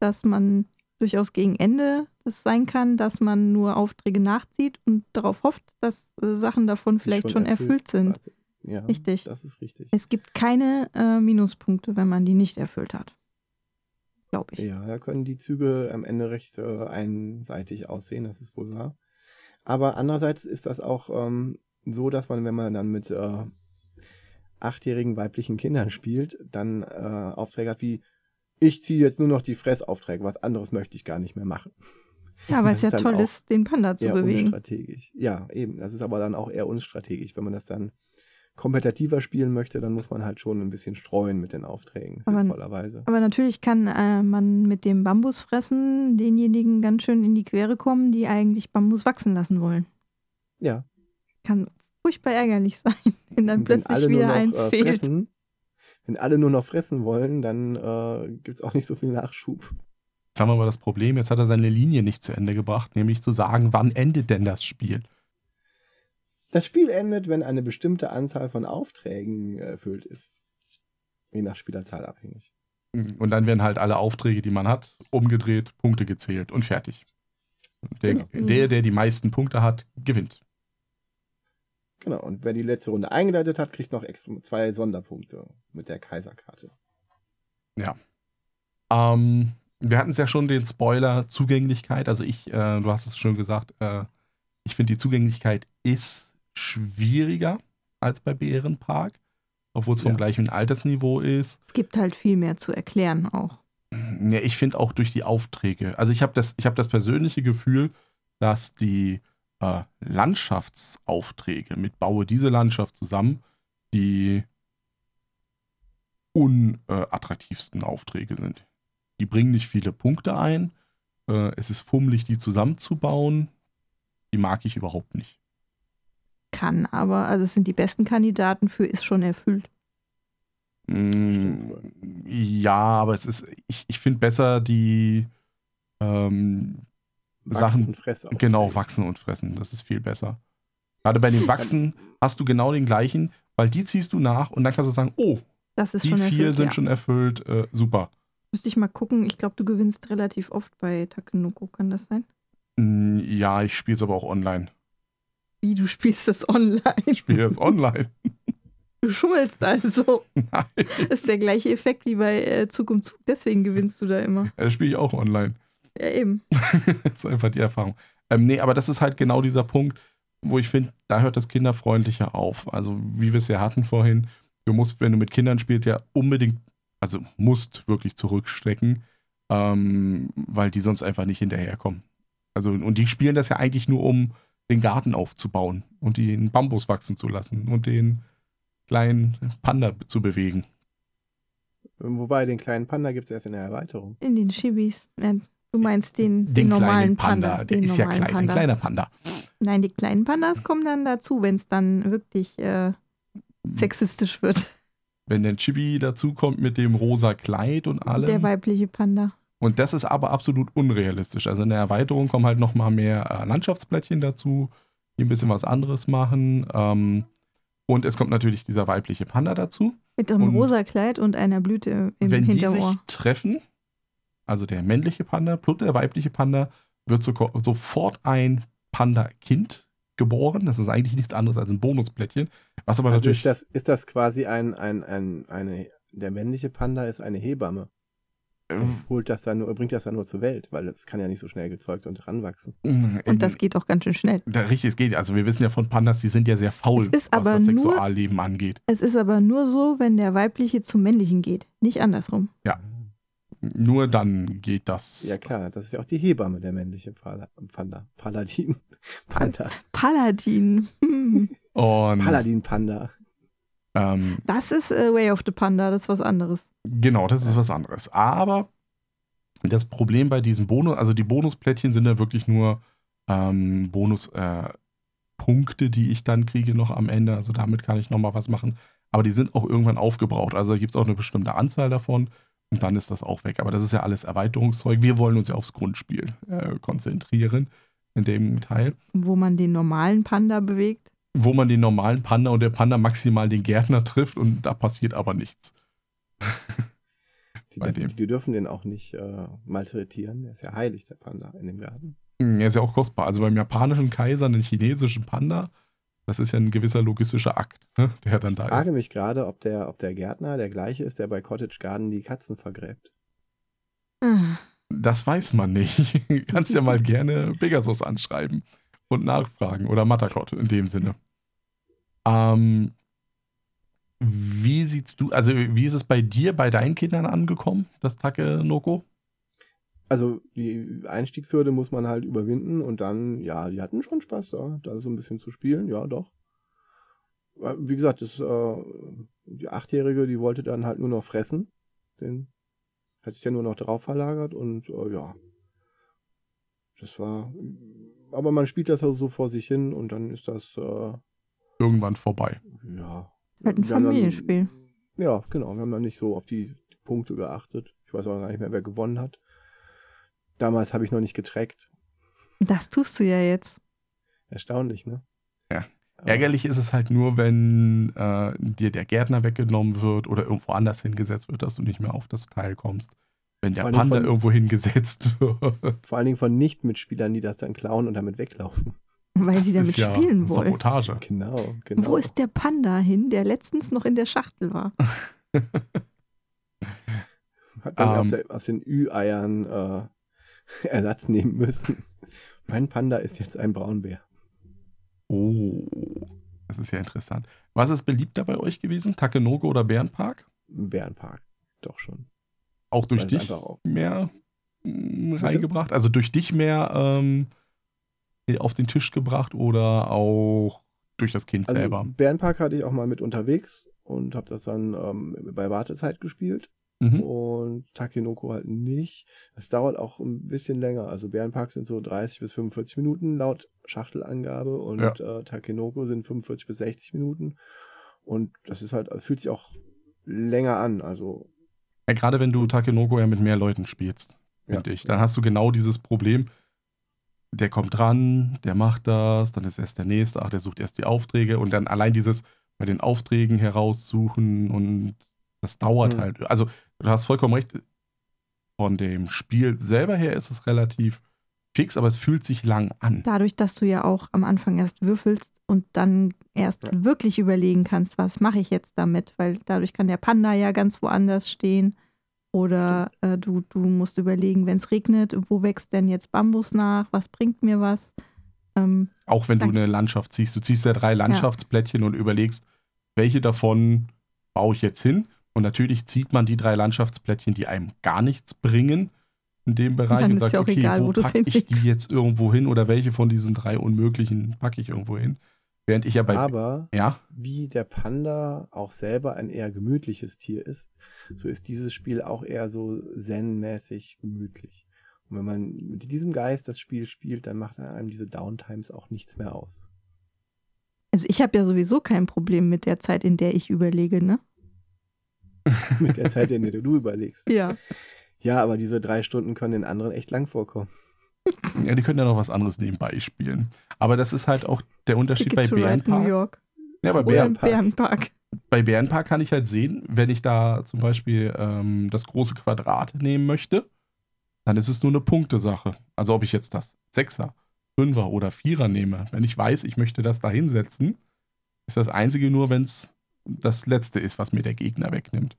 [SPEAKER 2] dass man durchaus gegen Ende es sein kann, dass man nur Aufträge nachzieht und darauf hofft, dass äh, Sachen davon vielleicht schon, erfüllt, sind.
[SPEAKER 3] quasi. Ja,
[SPEAKER 2] Richtig.
[SPEAKER 3] Das ist richtig.
[SPEAKER 2] Es gibt keine äh, Minuspunkte, wenn man die nicht erfüllt hat. Glaube ich.
[SPEAKER 3] Ja, da können die Züge am Ende recht äh, einseitig aussehen, das ist wohl wahr. Aber andererseits ist das auch ähm, so, dass man, wenn man dann mit äh, achtjährigen weiblichen Kindern spielt, dann äh, Aufträge hat wie, ich ziehe jetzt nur noch die Fressaufträge, was anderes möchte ich gar nicht mehr machen.
[SPEAKER 2] Ja, weil
[SPEAKER 3] Das
[SPEAKER 2] es ja
[SPEAKER 3] ist dann
[SPEAKER 2] toll
[SPEAKER 3] auch
[SPEAKER 2] ist, den Panda zu
[SPEAKER 3] eher
[SPEAKER 2] bewegen.
[SPEAKER 3] unstrategisch. Ja, eben. Das ist aber dann auch eher unstrategisch. Wenn man das dann kompetitiver spielen möchte, dann muss man halt schon ein bisschen streuen mit den Aufträgen,
[SPEAKER 2] Aber-
[SPEAKER 3] sinnvollerweise.
[SPEAKER 2] Aber natürlich kann äh, man mit dem Bambusfressen denjenigen ganz schön in die Quere kommen, die eigentlich Bambus wachsen lassen wollen.
[SPEAKER 3] Ja,
[SPEAKER 2] Kann furchtbar ärgerlich sein, wenn dann
[SPEAKER 3] Und
[SPEAKER 2] plötzlich
[SPEAKER 3] nur
[SPEAKER 2] wieder
[SPEAKER 3] noch,
[SPEAKER 2] eins
[SPEAKER 3] äh,
[SPEAKER 2] fehlt.
[SPEAKER 3] Fressen, wenn alle nur noch fressen wollen, dann äh, gibt es auch nicht so viel Nachschub.
[SPEAKER 1] Jetzt haben wir mal das Problem, jetzt hat er seine Linie nicht zu Ende gebracht, nämlich zu sagen, wann endet denn das Spiel?
[SPEAKER 3] Das Spiel endet, wenn eine bestimmte Anzahl von Aufträgen erfüllt ist. Je nach Spielerzahl abhängig.
[SPEAKER 1] Und dann werden halt alle Aufträge, die man hat, umgedreht, Punkte gezählt und fertig. Der,
[SPEAKER 3] Genau.
[SPEAKER 1] der, der die meisten Punkte hat, gewinnt.
[SPEAKER 3] Genau, und wer die letzte Runde eingeleitet hat, kriegt noch extra zwei Sonderpunkte mit der Kaiserkarte.
[SPEAKER 1] Ähm, wir hatten es ja schon den Spoiler Zugänglichkeit. Also ich, äh, du hast es schon gesagt, äh, ich finde die Zugänglichkeit ist schwieriger als bei Bärenpark, obwohl es vom
[SPEAKER 3] Ja.
[SPEAKER 1] gleichen Altersniveau ist.
[SPEAKER 2] Es gibt halt viel mehr zu erklären auch.
[SPEAKER 1] Ja, ich finde auch durch die Aufträge. Also ich habe das, ich habe das persönliche Gefühl, dass die äh, Landschaftsaufträge mit baue diese Landschaft zusammen die unattraktivsten Aufträge sind. Die bringen nicht viele Punkte ein. Äh, es ist fummelig, die zusammenzubauen. Die mag ich überhaupt nicht.
[SPEAKER 2] Kann, aber also es sind die besten Kandidaten für ist schon erfüllt.
[SPEAKER 1] Mm, ja, aber es ist, ich, ich finde besser die, ähm, Sachen
[SPEAKER 3] und Fresse auf.
[SPEAKER 1] Genau, wachsen und fressen. Das ist viel besser. Gerade bei den Wachsen hast du genau den gleichen, weil die ziehst du nach und dann kannst du sagen, oh,
[SPEAKER 2] Das ist
[SPEAKER 1] die
[SPEAKER 2] schon
[SPEAKER 1] vier
[SPEAKER 2] erfüllt,
[SPEAKER 1] sind
[SPEAKER 2] ja.
[SPEAKER 1] schon erfüllt, äh, super.
[SPEAKER 2] Müsste ich mal gucken. Ich glaube, du gewinnst relativ oft bei Takenoko. Kann das sein?
[SPEAKER 1] Mm, Ja, ich spiele es aber auch online.
[SPEAKER 2] Wie, du spielst das online?
[SPEAKER 1] Ich spiele es online.
[SPEAKER 2] Du schummelst also.
[SPEAKER 1] Nein,
[SPEAKER 2] Das ist der gleiche Effekt wie bei äh, Zug um Zug. Deswegen gewinnst du da immer.
[SPEAKER 1] das spiele äh, ich auch online.
[SPEAKER 2] Ja, eben.
[SPEAKER 1] das ist einfach die Erfahrung. Ähm, nee, aber das ist halt genau dieser Punkt, wo ich finde, da hört das Kinderfreundliche auf. Also, wie wir es ja hatten vorhin, du musst, wenn du mit Kindern spielst, ja unbedingt, also musst wirklich zurückstecken, ähm, weil die sonst einfach nicht hinterherkommen. Also, und die spielen das ja eigentlich nur, um den Garten aufzubauen und den Bambus wachsen zu lassen und den kleinen Panda zu bewegen.
[SPEAKER 3] Wobei, den kleinen Panda gibt es erst in der Erweiterung.
[SPEAKER 2] In den Shibis. Äh, du meinst den, den,
[SPEAKER 1] kleinen
[SPEAKER 2] normalen Panda.
[SPEAKER 1] der
[SPEAKER 2] den
[SPEAKER 1] ist ja
[SPEAKER 2] normalen
[SPEAKER 1] klein, ein
[SPEAKER 2] Panda.
[SPEAKER 1] kleiner Panda.
[SPEAKER 2] Nein, die kleinen Pandas kommen dann dazu, wenn es dann wirklich äh, sexistisch wird.
[SPEAKER 1] Wenn der Chibi dazukommt mit dem rosa Kleid und allem.
[SPEAKER 2] Der weibliche Panda.
[SPEAKER 1] Und das ist aber absolut unrealistisch. Also in der Erweiterung kommen halt nochmal mehr äh, Landschaftsblättchen dazu, die ein bisschen was anderes machen. Ähm, und es kommt natürlich dieser weibliche Panda dazu.
[SPEAKER 2] Mit einem
[SPEAKER 1] Und-
[SPEAKER 2] rosa Kleid und einer Blüte im
[SPEAKER 1] Wenn die
[SPEAKER 2] Hinterohr.
[SPEAKER 1] sich treffen, also der männliche Panda plus der weibliche Panda, wird soko- sofort ein Panda-Kind geboren. Das ist eigentlich nichts anderes als ein Bonusblättchen. Was aber
[SPEAKER 3] Also
[SPEAKER 1] natürlich
[SPEAKER 3] ist das, ist das quasi ein, ein, ein, eine, der männliche Panda ist eine Hebamme.
[SPEAKER 1] ähm,
[SPEAKER 3] Holt das dann nur, bringt das dann nur zur Welt, weil das kann ja nicht so schnell gezeugt und ranwachsen.
[SPEAKER 1] in-
[SPEAKER 2] Und das geht auch ganz schön schnell.
[SPEAKER 1] da richtig, es geht. Also wir wissen ja von Pandas, die sind ja sehr faul,
[SPEAKER 2] Es
[SPEAKER 1] was
[SPEAKER 2] ist aber
[SPEAKER 1] das
[SPEAKER 2] nur-
[SPEAKER 1] Sexualleben angeht.
[SPEAKER 2] Es ist aber nur so, wenn der weibliche zum männlichen geht. Nicht andersrum.
[SPEAKER 1] Nur dann geht das.
[SPEAKER 3] Ja klar, das ist ja auch die Hebamme, der männliche Pala- Panda. Paladin. Panda.
[SPEAKER 2] Paladin. Hm.
[SPEAKER 1] Und
[SPEAKER 3] Paladin Panda.
[SPEAKER 1] ähm,
[SPEAKER 2] Das ist äh, Way of the Panda, das ist was anderes.
[SPEAKER 1] genau, das ist was anderes. Aber das Problem bei diesem Bonus, also die Bonusplättchen sind ja wirklich nur ähm, Bonuspunkte, äh, Punkte, die ich dann kriege noch am Ende. Also damit kann ich nochmal was machen. Aber die sind auch irgendwann aufgebraucht. Also da gibt es auch eine bestimmte Anzahl davon. Und dann ist das auch weg. Aber das ist ja alles Erweiterungszeug. Wir wollen uns ja aufs Grundspiel äh, konzentrieren in dem Teil.
[SPEAKER 2] Wo man den normalen Panda bewegt.
[SPEAKER 1] wo man den normalen Panda und der Panda maximal den Gärtner trifft und da passiert aber nichts.
[SPEAKER 3] Die,
[SPEAKER 1] Bei
[SPEAKER 3] die,
[SPEAKER 1] dem.
[SPEAKER 3] die dürfen den auch nicht äh, malträtieren. Der ist ja heilig, der Panda in dem Garten.
[SPEAKER 1] Er ist ja auch kostbar. Also beim japanischen Kaiser, einen chinesischen Panda, das ist ja ein gewisser logistischer Akt, ne, der dann da
[SPEAKER 3] Ich frage
[SPEAKER 1] ist.
[SPEAKER 3] mich gerade, ob der, ob der Gärtner der gleiche ist, der bei Cottage Garden die Katzen vergräbt.
[SPEAKER 2] Ah,
[SPEAKER 1] Das weiß man nicht. Kannst ja mal gerne Pegasus anschreiben und nachfragen. Oder Matterkott in dem Sinne. Ähm, wie siehst du, also wie ist es bei dir, bei deinen Kindern angekommen, das Take-Noko?
[SPEAKER 3] Also die Einstiegshürde muss man halt überwinden und dann, ja, die hatten schon Spaß da, da so ein bisschen zu spielen, ja, doch. Weil, Wie gesagt, das, äh, die Achtjährige, die wollte dann halt nur noch fressen. Den hat sich ja nur noch drauf verlagert und äh, ja. Das war. Aber man spielt das also so vor sich hin und dann ist das, äh,
[SPEAKER 1] Irgendwann vorbei.
[SPEAKER 3] ja.
[SPEAKER 2] halt ein
[SPEAKER 3] Wir haben dann-
[SPEAKER 2] Familienspiel.
[SPEAKER 3] Ja, genau. Wir haben dann nicht so auf die Punkte geachtet. Ich weiß auch gar nicht mehr, wer gewonnen hat. Damals habe ich noch nicht getrackt.
[SPEAKER 2] Das tust du ja jetzt.
[SPEAKER 3] Erstaunlich, ne?
[SPEAKER 1] Ja.
[SPEAKER 3] Aber
[SPEAKER 1] Ärgerlich ist es halt nur, wenn äh, dir der Gärtner weggenommen wird oder irgendwo anders hingesetzt wird, dass du nicht mehr auf das Teil kommst. Wenn der
[SPEAKER 3] Vor allem
[SPEAKER 1] Panda
[SPEAKER 3] von-
[SPEAKER 1] irgendwo hingesetzt wird.
[SPEAKER 3] Vor allen Dingen von Nicht-Mitspielern, die das dann klauen und damit weglaufen.
[SPEAKER 2] Weil
[SPEAKER 1] Das
[SPEAKER 2] sie damit
[SPEAKER 1] ist ja
[SPEAKER 2] spielen wollen.
[SPEAKER 1] Sabotage.
[SPEAKER 3] Genau, genau.
[SPEAKER 2] Wo ist der Panda hin, der letztens noch in der Schachtel war?
[SPEAKER 3] Hat man
[SPEAKER 1] Ähm.
[SPEAKER 3] aus, der, aus den Ü-Eiern äh, Ersatz nehmen müssen. Mein Panda ist jetzt ein Braunbär.
[SPEAKER 1] Oh, das ist ja interessant. Was ist beliebter bei euch gewesen? Takenoko oder Bärenpark?
[SPEAKER 3] Im Bärenpark. Doch schon.
[SPEAKER 1] Auch durch
[SPEAKER 3] Weil es
[SPEAKER 1] dich
[SPEAKER 3] einfach auch-
[SPEAKER 1] mehr mh, reingebracht? Also durch dich mehr ähm, äh, auf den Tisch gebracht oder auch durch das Kind
[SPEAKER 3] Also
[SPEAKER 1] selber?
[SPEAKER 3] Bärenpark hatte ich auch mal mit unterwegs und habe das dann ähm, bei Wartezeit gespielt. oh.
[SPEAKER 1] Mhm.
[SPEAKER 3] und Takenoko halt nicht. Es dauert auch ein bisschen länger. Also Bärenpark sind so 30 bis 45 Minuten laut Schachtelangabe und äh, Takenoko sind 45 bis 60 Minuten. Und das ist halt, fühlt sich auch länger an. Also
[SPEAKER 1] Ja, gerade wenn du Takenoko ja mit mehr Leuten spielst,
[SPEAKER 3] Ja.
[SPEAKER 1] finde ich, dann hast du genau dieses Problem. der kommt ran, der macht das, dann ist erst der nächste, ach, der sucht erst die Aufträge und dann allein dieses bei den Aufträgen heraussuchen und das dauert
[SPEAKER 3] Mhm.
[SPEAKER 1] halt. Also, du hast vollkommen recht, von dem Spiel selber her ist es relativ fix, aber es fühlt sich lang an.
[SPEAKER 2] Dadurch, dass du ja auch am Anfang erst würfelst und dann erst
[SPEAKER 3] Ja.
[SPEAKER 2] wirklich überlegen kannst, was mache ich jetzt damit, weil dadurch kann der Panda ja ganz woanders stehen. Oder äh, du, du musst überlegen, wenn es regnet, wo wächst denn jetzt Bambus nach, was bringt mir was? Ähm,
[SPEAKER 1] Auch wenn du
[SPEAKER 2] Danke.
[SPEAKER 1] eine Landschaft ziehst. Du ziehst ja drei Landschaftsplättchen und überlegst, welche davon baue ich jetzt hin. Und natürlich zieht man die drei Landschaftsplättchen, die einem gar nichts bringen in dem Bereich
[SPEAKER 2] Dann
[SPEAKER 1] und
[SPEAKER 2] ist
[SPEAKER 1] sagt,
[SPEAKER 2] ja auch
[SPEAKER 1] okay,
[SPEAKER 2] egal,
[SPEAKER 1] wo
[SPEAKER 2] wo du's
[SPEAKER 1] packe ich die
[SPEAKER 2] hinlegst.
[SPEAKER 1] jetzt irgendwo hin oder welche von diesen drei unmöglichen packe ich irgendwo hin. Während ich ja bei.
[SPEAKER 3] Aber
[SPEAKER 1] ja,
[SPEAKER 3] wie der Panda auch selber ein eher gemütliches Tier ist, so ist dieses Spiel auch eher so zen-mäßig gemütlich. Und wenn man mit diesem Geist das Spiel spielt, dann macht einem diese Downtimes auch nichts mehr aus.
[SPEAKER 2] also ich habe ja sowieso kein Problem mit der Zeit, in der ich überlege, ne?
[SPEAKER 3] Mit der Zeit, in der du überlegst.
[SPEAKER 2] Ja.
[SPEAKER 3] Ja, aber diese drei Stunden können den anderen echt lang vorkommen.
[SPEAKER 1] ja, die können ja noch was anderes nebenbei spielen. Aber das ist halt auch der Unterschied
[SPEAKER 2] Ticket
[SPEAKER 1] bei
[SPEAKER 2] to Ride New
[SPEAKER 1] Bärenpark.
[SPEAKER 2] York.
[SPEAKER 1] Ja, bei
[SPEAKER 3] Oder-
[SPEAKER 1] Bären,
[SPEAKER 2] Bärenpark. Bärenpark.
[SPEAKER 1] bei Bärenpark kann ich halt sehen, wenn ich da zum Beispiel ähm, das große Quadrat nehmen möchte, dann ist es nur eine Punktesache. Also ob ich jetzt das Sechser, Fünfer oder Vierer nehme, wenn ich weiß, ich möchte das da hinsetzen, ist das Einzige nur, wenn es das Letzte ist, was mir der Gegner wegnimmt.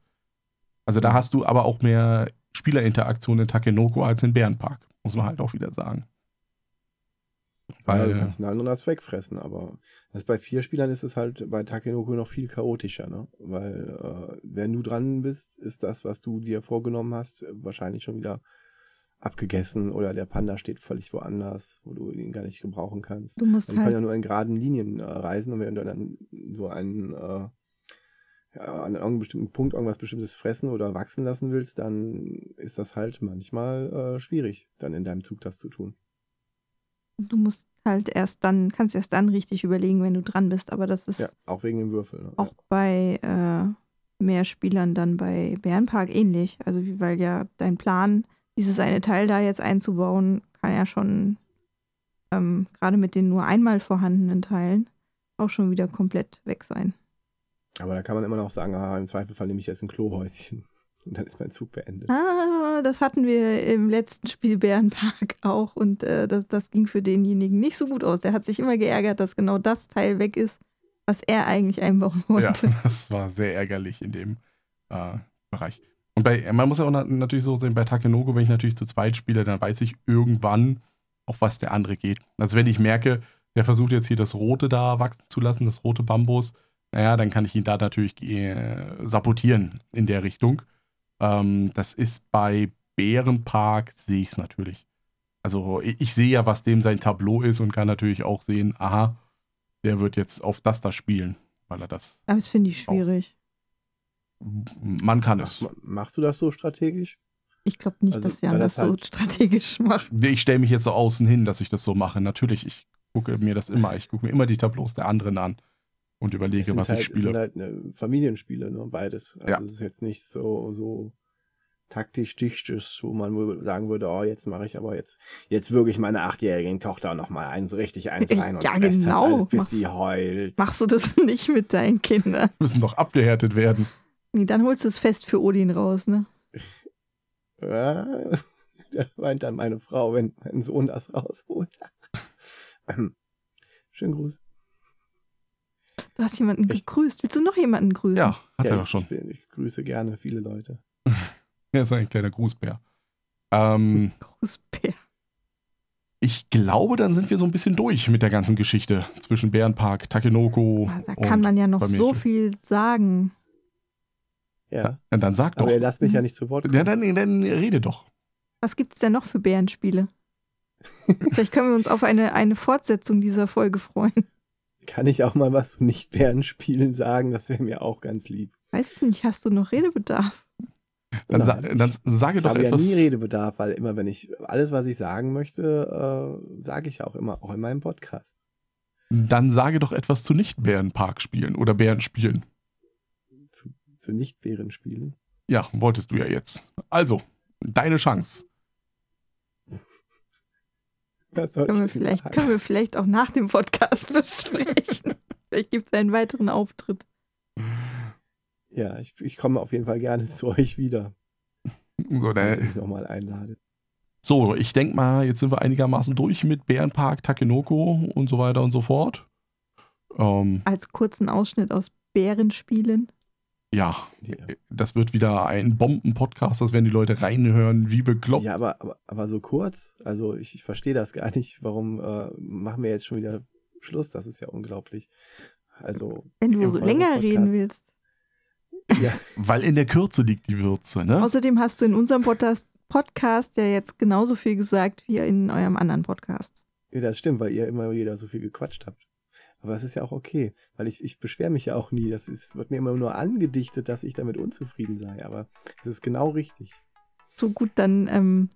[SPEAKER 1] Also da hast du aber auch mehr Spielerinteraktion in Takenoko als in Bärenpark, muss man halt auch wieder sagen. Äh,
[SPEAKER 3] Ja,
[SPEAKER 1] Weil,
[SPEAKER 3] du kannst den anderen das wegfressen, aber das bei vier Spielern ist es halt bei Takenoko noch viel chaotischer, ne? Weil äh, wenn du dran bist, ist das, was du dir vorgenommen hast, wahrscheinlich schon wieder abgegessen oder der Panda steht völlig woanders, wo du ihn gar nicht gebrauchen kannst.
[SPEAKER 2] Du musst
[SPEAKER 3] Man kann
[SPEAKER 2] halt
[SPEAKER 3] ja nur in geraden Linien äh, reisen und wenn du dann so einen äh, ja, an einem bestimmten Punkt irgendwas Bestimmtes fressen oder wachsen lassen willst, dann ist das halt manchmal äh, schwierig, dann in deinem Zug das zu tun.
[SPEAKER 2] Du musst halt erst dann, kannst erst dann richtig überlegen, wenn du dran bist. Aber das ist
[SPEAKER 3] Ja, auch wegen dem Würfel. Ne?
[SPEAKER 2] auch bei äh, mehr Spielern dann bei Bärenpark ähnlich. Also wie- weil ja dein Plan, dieses eine Teil da jetzt einzubauen, kann ja schon ähm, gerade mit den nur einmal vorhandenen Teilen auch schon wieder komplett weg sein.
[SPEAKER 3] Aber da kann man immer noch sagen, ah, im Zweifelfall nehme ich jetzt ein Klohäuschen. Und dann ist mein Zug beendet.
[SPEAKER 2] Ah, das hatten wir im letzten Spiel Bärenpark auch und äh, das, das ging für denjenigen nicht so gut aus. Der hat sich immer geärgert, dass genau das Teil weg ist, was er eigentlich einbauen
[SPEAKER 1] Ja,
[SPEAKER 2] wollte.
[SPEAKER 1] das war sehr ärgerlich in dem äh, Bereich. Und bei, man muss ja auch na, natürlich so sehen, bei Takenoko, wenn ich natürlich zu zweit spiele, dann weiß ich irgendwann, auf was der andere geht. Also wenn ich merke, der versucht jetzt hier das Rote da wachsen zu lassen, das rote Bambus, naja, dann kann ich ihn da natürlich äh, sabotieren in der Richtung. Ähm, das ist bei Bärenpark, sehe ich es natürlich. Also ich, ich sehe ja, was dem sein Tableau ist und kann natürlich auch sehen, aha, der wird jetzt auf das da spielen, weil er das
[SPEAKER 2] Aber das finde ich schwierig.
[SPEAKER 1] man kann
[SPEAKER 3] Machst,
[SPEAKER 1] es.
[SPEAKER 3] machst du das so strategisch?
[SPEAKER 2] Ich glaube nicht,
[SPEAKER 3] Also,
[SPEAKER 2] dass Jan
[SPEAKER 3] weil
[SPEAKER 2] das,
[SPEAKER 3] das
[SPEAKER 2] so
[SPEAKER 3] halt-
[SPEAKER 2] strategisch macht.
[SPEAKER 1] Ich stelle mich jetzt so außen hin, dass ich das so mache. Natürlich, ich gucke mir das immer. Ich gucke mir immer die Tableaus der anderen an und
[SPEAKER 3] Es
[SPEAKER 1] überlege,
[SPEAKER 3] sind
[SPEAKER 1] was
[SPEAKER 3] halt,
[SPEAKER 1] ich
[SPEAKER 3] es sind
[SPEAKER 1] spiele.
[SPEAKER 3] halt ne, Familienspiele, ne? beides. Also
[SPEAKER 1] Ja.
[SPEAKER 3] es ist jetzt nicht so, so taktisch dichtes, wo man wohl sagen würde, oh, jetzt mache ich aber jetzt, jetzt würge ich meiner achtjährigen Tochter nochmal eins richtig eins rein und
[SPEAKER 2] Ja,
[SPEAKER 3] fress das
[SPEAKER 2] genau.
[SPEAKER 3] alles, bis
[SPEAKER 2] Mach's-
[SPEAKER 3] die heult.
[SPEAKER 2] Machst du das nicht mit deinen Kindern?
[SPEAKER 1] Die müssen doch abgehärtet werden.
[SPEAKER 2] Nee, dann holst du es fest für Odin raus, ne?
[SPEAKER 3] Ja, da weint dann meine Frau, wenn mein Sohn das rausholt. Schönen Gruß.
[SPEAKER 2] Du hast jemanden
[SPEAKER 3] Echt?
[SPEAKER 2] gegrüßt. Willst du noch jemanden grüßen?
[SPEAKER 1] Ja, hat er
[SPEAKER 3] Ja,
[SPEAKER 1] doch schon.
[SPEAKER 3] Ich, bin- ich grüße gerne viele Leute.
[SPEAKER 1] Er ist ein kleiner Grußbär. Ähm,
[SPEAKER 2] Grußbär.
[SPEAKER 1] ich glaube, dann sind wir so ein bisschen durch mit der ganzen Geschichte zwischen Bärenpark, Takenoko.
[SPEAKER 2] Ah, Da
[SPEAKER 1] Oh, und-
[SPEAKER 2] kann man ja noch
[SPEAKER 1] bei mir
[SPEAKER 2] so
[SPEAKER 1] schon.
[SPEAKER 2] viel sagen.
[SPEAKER 3] Ja.
[SPEAKER 1] Ja, dann sag doch.
[SPEAKER 3] Aber ihr lasst mich ja nicht zu Wort kommen.
[SPEAKER 1] Ja, dann, dann rede doch.
[SPEAKER 2] Was gibt's denn noch für Bärenspiele? Vielleicht können wir uns auf eine, eine Fortsetzung dieser Folge freuen.
[SPEAKER 3] Kann ich auch mal was zu Nicht-Bären-Spielen sagen? Das wäre mir auch ganz lieb.
[SPEAKER 2] Weiß ich nicht, hast du noch Redebedarf?
[SPEAKER 1] Dann, sa
[SPEAKER 3] Nein,
[SPEAKER 1] dann
[SPEAKER 3] ich-
[SPEAKER 1] sage
[SPEAKER 3] ich
[SPEAKER 1] doch
[SPEAKER 3] habe ja
[SPEAKER 1] etwas.
[SPEAKER 3] nie Redebedarf, weil immer, wenn ich alles, was ich sagen möchte, äh, sage ich ja auch immer, auch in meinem Podcast.
[SPEAKER 1] dann sage doch etwas zu Nicht-Bärenpark-Spielen oder Bärenspielen.
[SPEAKER 3] Zu, zu Nicht-Bären-Spielen.
[SPEAKER 1] Ja, wolltest du ja jetzt. Also, deine Chance.
[SPEAKER 3] Das sollte
[SPEAKER 2] Können wir,
[SPEAKER 3] ich dir
[SPEAKER 2] vielleicht,
[SPEAKER 3] sagen.
[SPEAKER 2] können wir vielleicht auch nach dem Podcast besprechen. vielleicht gibt es einen weiteren Auftritt.
[SPEAKER 3] Ja, ich, ich komme auf jeden Fall gerne zu euch wieder,
[SPEAKER 1] So,
[SPEAKER 3] wenn
[SPEAKER 1] der,
[SPEAKER 3] ihr mich nochmal einladet.
[SPEAKER 1] So, ich denke mal, jetzt sind wir einigermaßen durch mit Bärenpark, Takenoko und so weiter und so fort. Ähm,
[SPEAKER 2] Als kurzen Ausschnitt aus Bärenspielen.
[SPEAKER 1] ja,
[SPEAKER 3] Ja.
[SPEAKER 1] das wird wieder ein Bomben-Podcast, das werden die Leute reinhören, wie bekloppt.
[SPEAKER 3] Ja, aber, aber, aber so kurz, also ich, ich verstehe das gar nicht. Warum äh, machen wir jetzt schon wieder Schluss? Das ist ja unglaublich. Also,
[SPEAKER 2] Wenn
[SPEAKER 3] Im
[SPEAKER 2] du länger
[SPEAKER 3] Euro-Podcast.
[SPEAKER 2] reden willst.
[SPEAKER 3] ja,
[SPEAKER 1] Weil in der Kürze liegt die Würze, ne?
[SPEAKER 2] Außerdem hast du in unserem Podcast, Podcast ja jetzt genauso viel gesagt wie in eurem anderen Podcast.
[SPEAKER 3] ja, das stimmt, weil ihr immer wieder so viel gequatscht habt. Aber das ist ja auch okay, weil ich, ich beschwere mich ja auch nie. Das ist, wird mir immer nur angedichtet, dass ich damit unzufrieden sei. Aber es ist genau richtig.
[SPEAKER 2] So gut, dann ähm,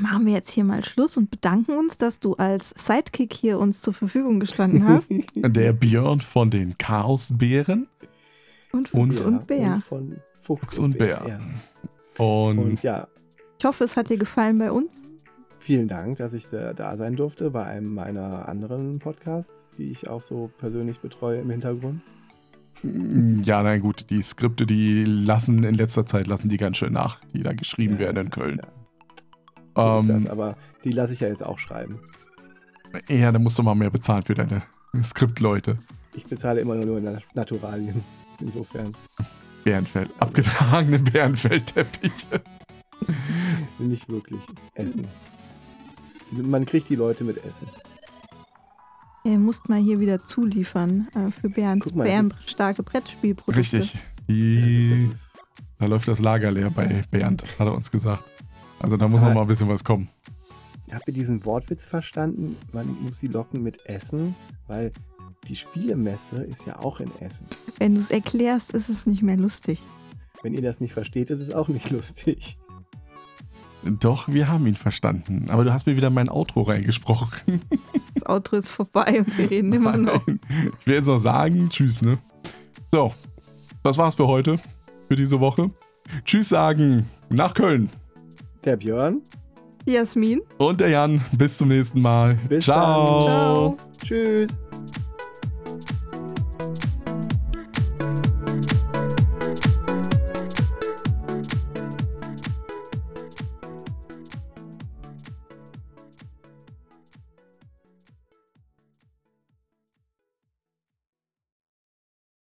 [SPEAKER 2] machen wir jetzt hier mal Schluss und bedanken uns, dass du als Sidekick hier uns zur Verfügung gestanden hast.
[SPEAKER 1] Der Björn von den Chaosbären
[SPEAKER 2] Und
[SPEAKER 1] Und-
[SPEAKER 2] Fuchs und Bär.
[SPEAKER 3] Und von Fuchs,
[SPEAKER 1] Fuchs und Bär.
[SPEAKER 3] Ja.
[SPEAKER 1] und,
[SPEAKER 3] Und ja,
[SPEAKER 2] Ich hoffe, es hat dir gefallen bei uns.
[SPEAKER 3] Vielen Dank, dass ich da, da sein durfte bei einem meiner anderen Podcasts, die ich auch so persönlich betreue im Hintergrund.
[SPEAKER 1] mm, ja, nein, gut, die Skripte, die lassen in letzter Zeit lassen die ganz schön nach, die da geschrieben
[SPEAKER 3] Ja,
[SPEAKER 1] werden in
[SPEAKER 3] das
[SPEAKER 1] Köln.
[SPEAKER 3] Ist ja, so ist
[SPEAKER 1] ähm,
[SPEAKER 3] das, aber die lasse ich ja jetzt auch schreiben.
[SPEAKER 1] ja, da musst du mal mehr bezahlen für deine Skriptleute.
[SPEAKER 3] Ich bezahle immer nur in Naturalien. Insofern
[SPEAKER 1] Bärenfell, abgetragene Bärenfellteppiche.
[SPEAKER 3] nicht wirklich Essen. Man kriegt die Leute mit Essen.
[SPEAKER 2] Ihr musst mal hier wieder zuliefern äh, für Bärens
[SPEAKER 3] Guck mal,
[SPEAKER 2] Bären
[SPEAKER 3] das
[SPEAKER 2] starke Brettspielprodukte.
[SPEAKER 1] Richtig.
[SPEAKER 3] Also Das
[SPEAKER 1] Die,
[SPEAKER 3] ist, das ist,
[SPEAKER 1] Da läuft das Lager leer bei Bernd, hat er uns gesagt. Also da muss
[SPEAKER 3] Ah.
[SPEAKER 1] noch mal ein bisschen was kommen.
[SPEAKER 3] habt ihr diesen Wortwitz verstanden? Man muss sie locken mit Essen, weil die Spielemesse ist ja auch in Essen.
[SPEAKER 2] Wenn du es erklärst, ist es nicht mehr lustig.
[SPEAKER 3] Wenn ihr das nicht versteht, ist es auch nicht lustig.
[SPEAKER 1] Doch, wir haben ihn verstanden. Aber du hast mir wieder mein Outro reingesprochen.
[SPEAKER 2] Das Outro ist vorbei und wir reden immer noch.
[SPEAKER 1] Nein. Ich will jetzt noch sagen, tschüss, ne? So, das war's für heute, für diese Woche. Tschüss sagen nach Köln.
[SPEAKER 3] Der Björn.
[SPEAKER 2] Jasmin?
[SPEAKER 1] Und der Jan, bis zum nächsten Mal.
[SPEAKER 3] Bis
[SPEAKER 1] Ciao.
[SPEAKER 3] dann.
[SPEAKER 2] Ciao.
[SPEAKER 3] Tschüss.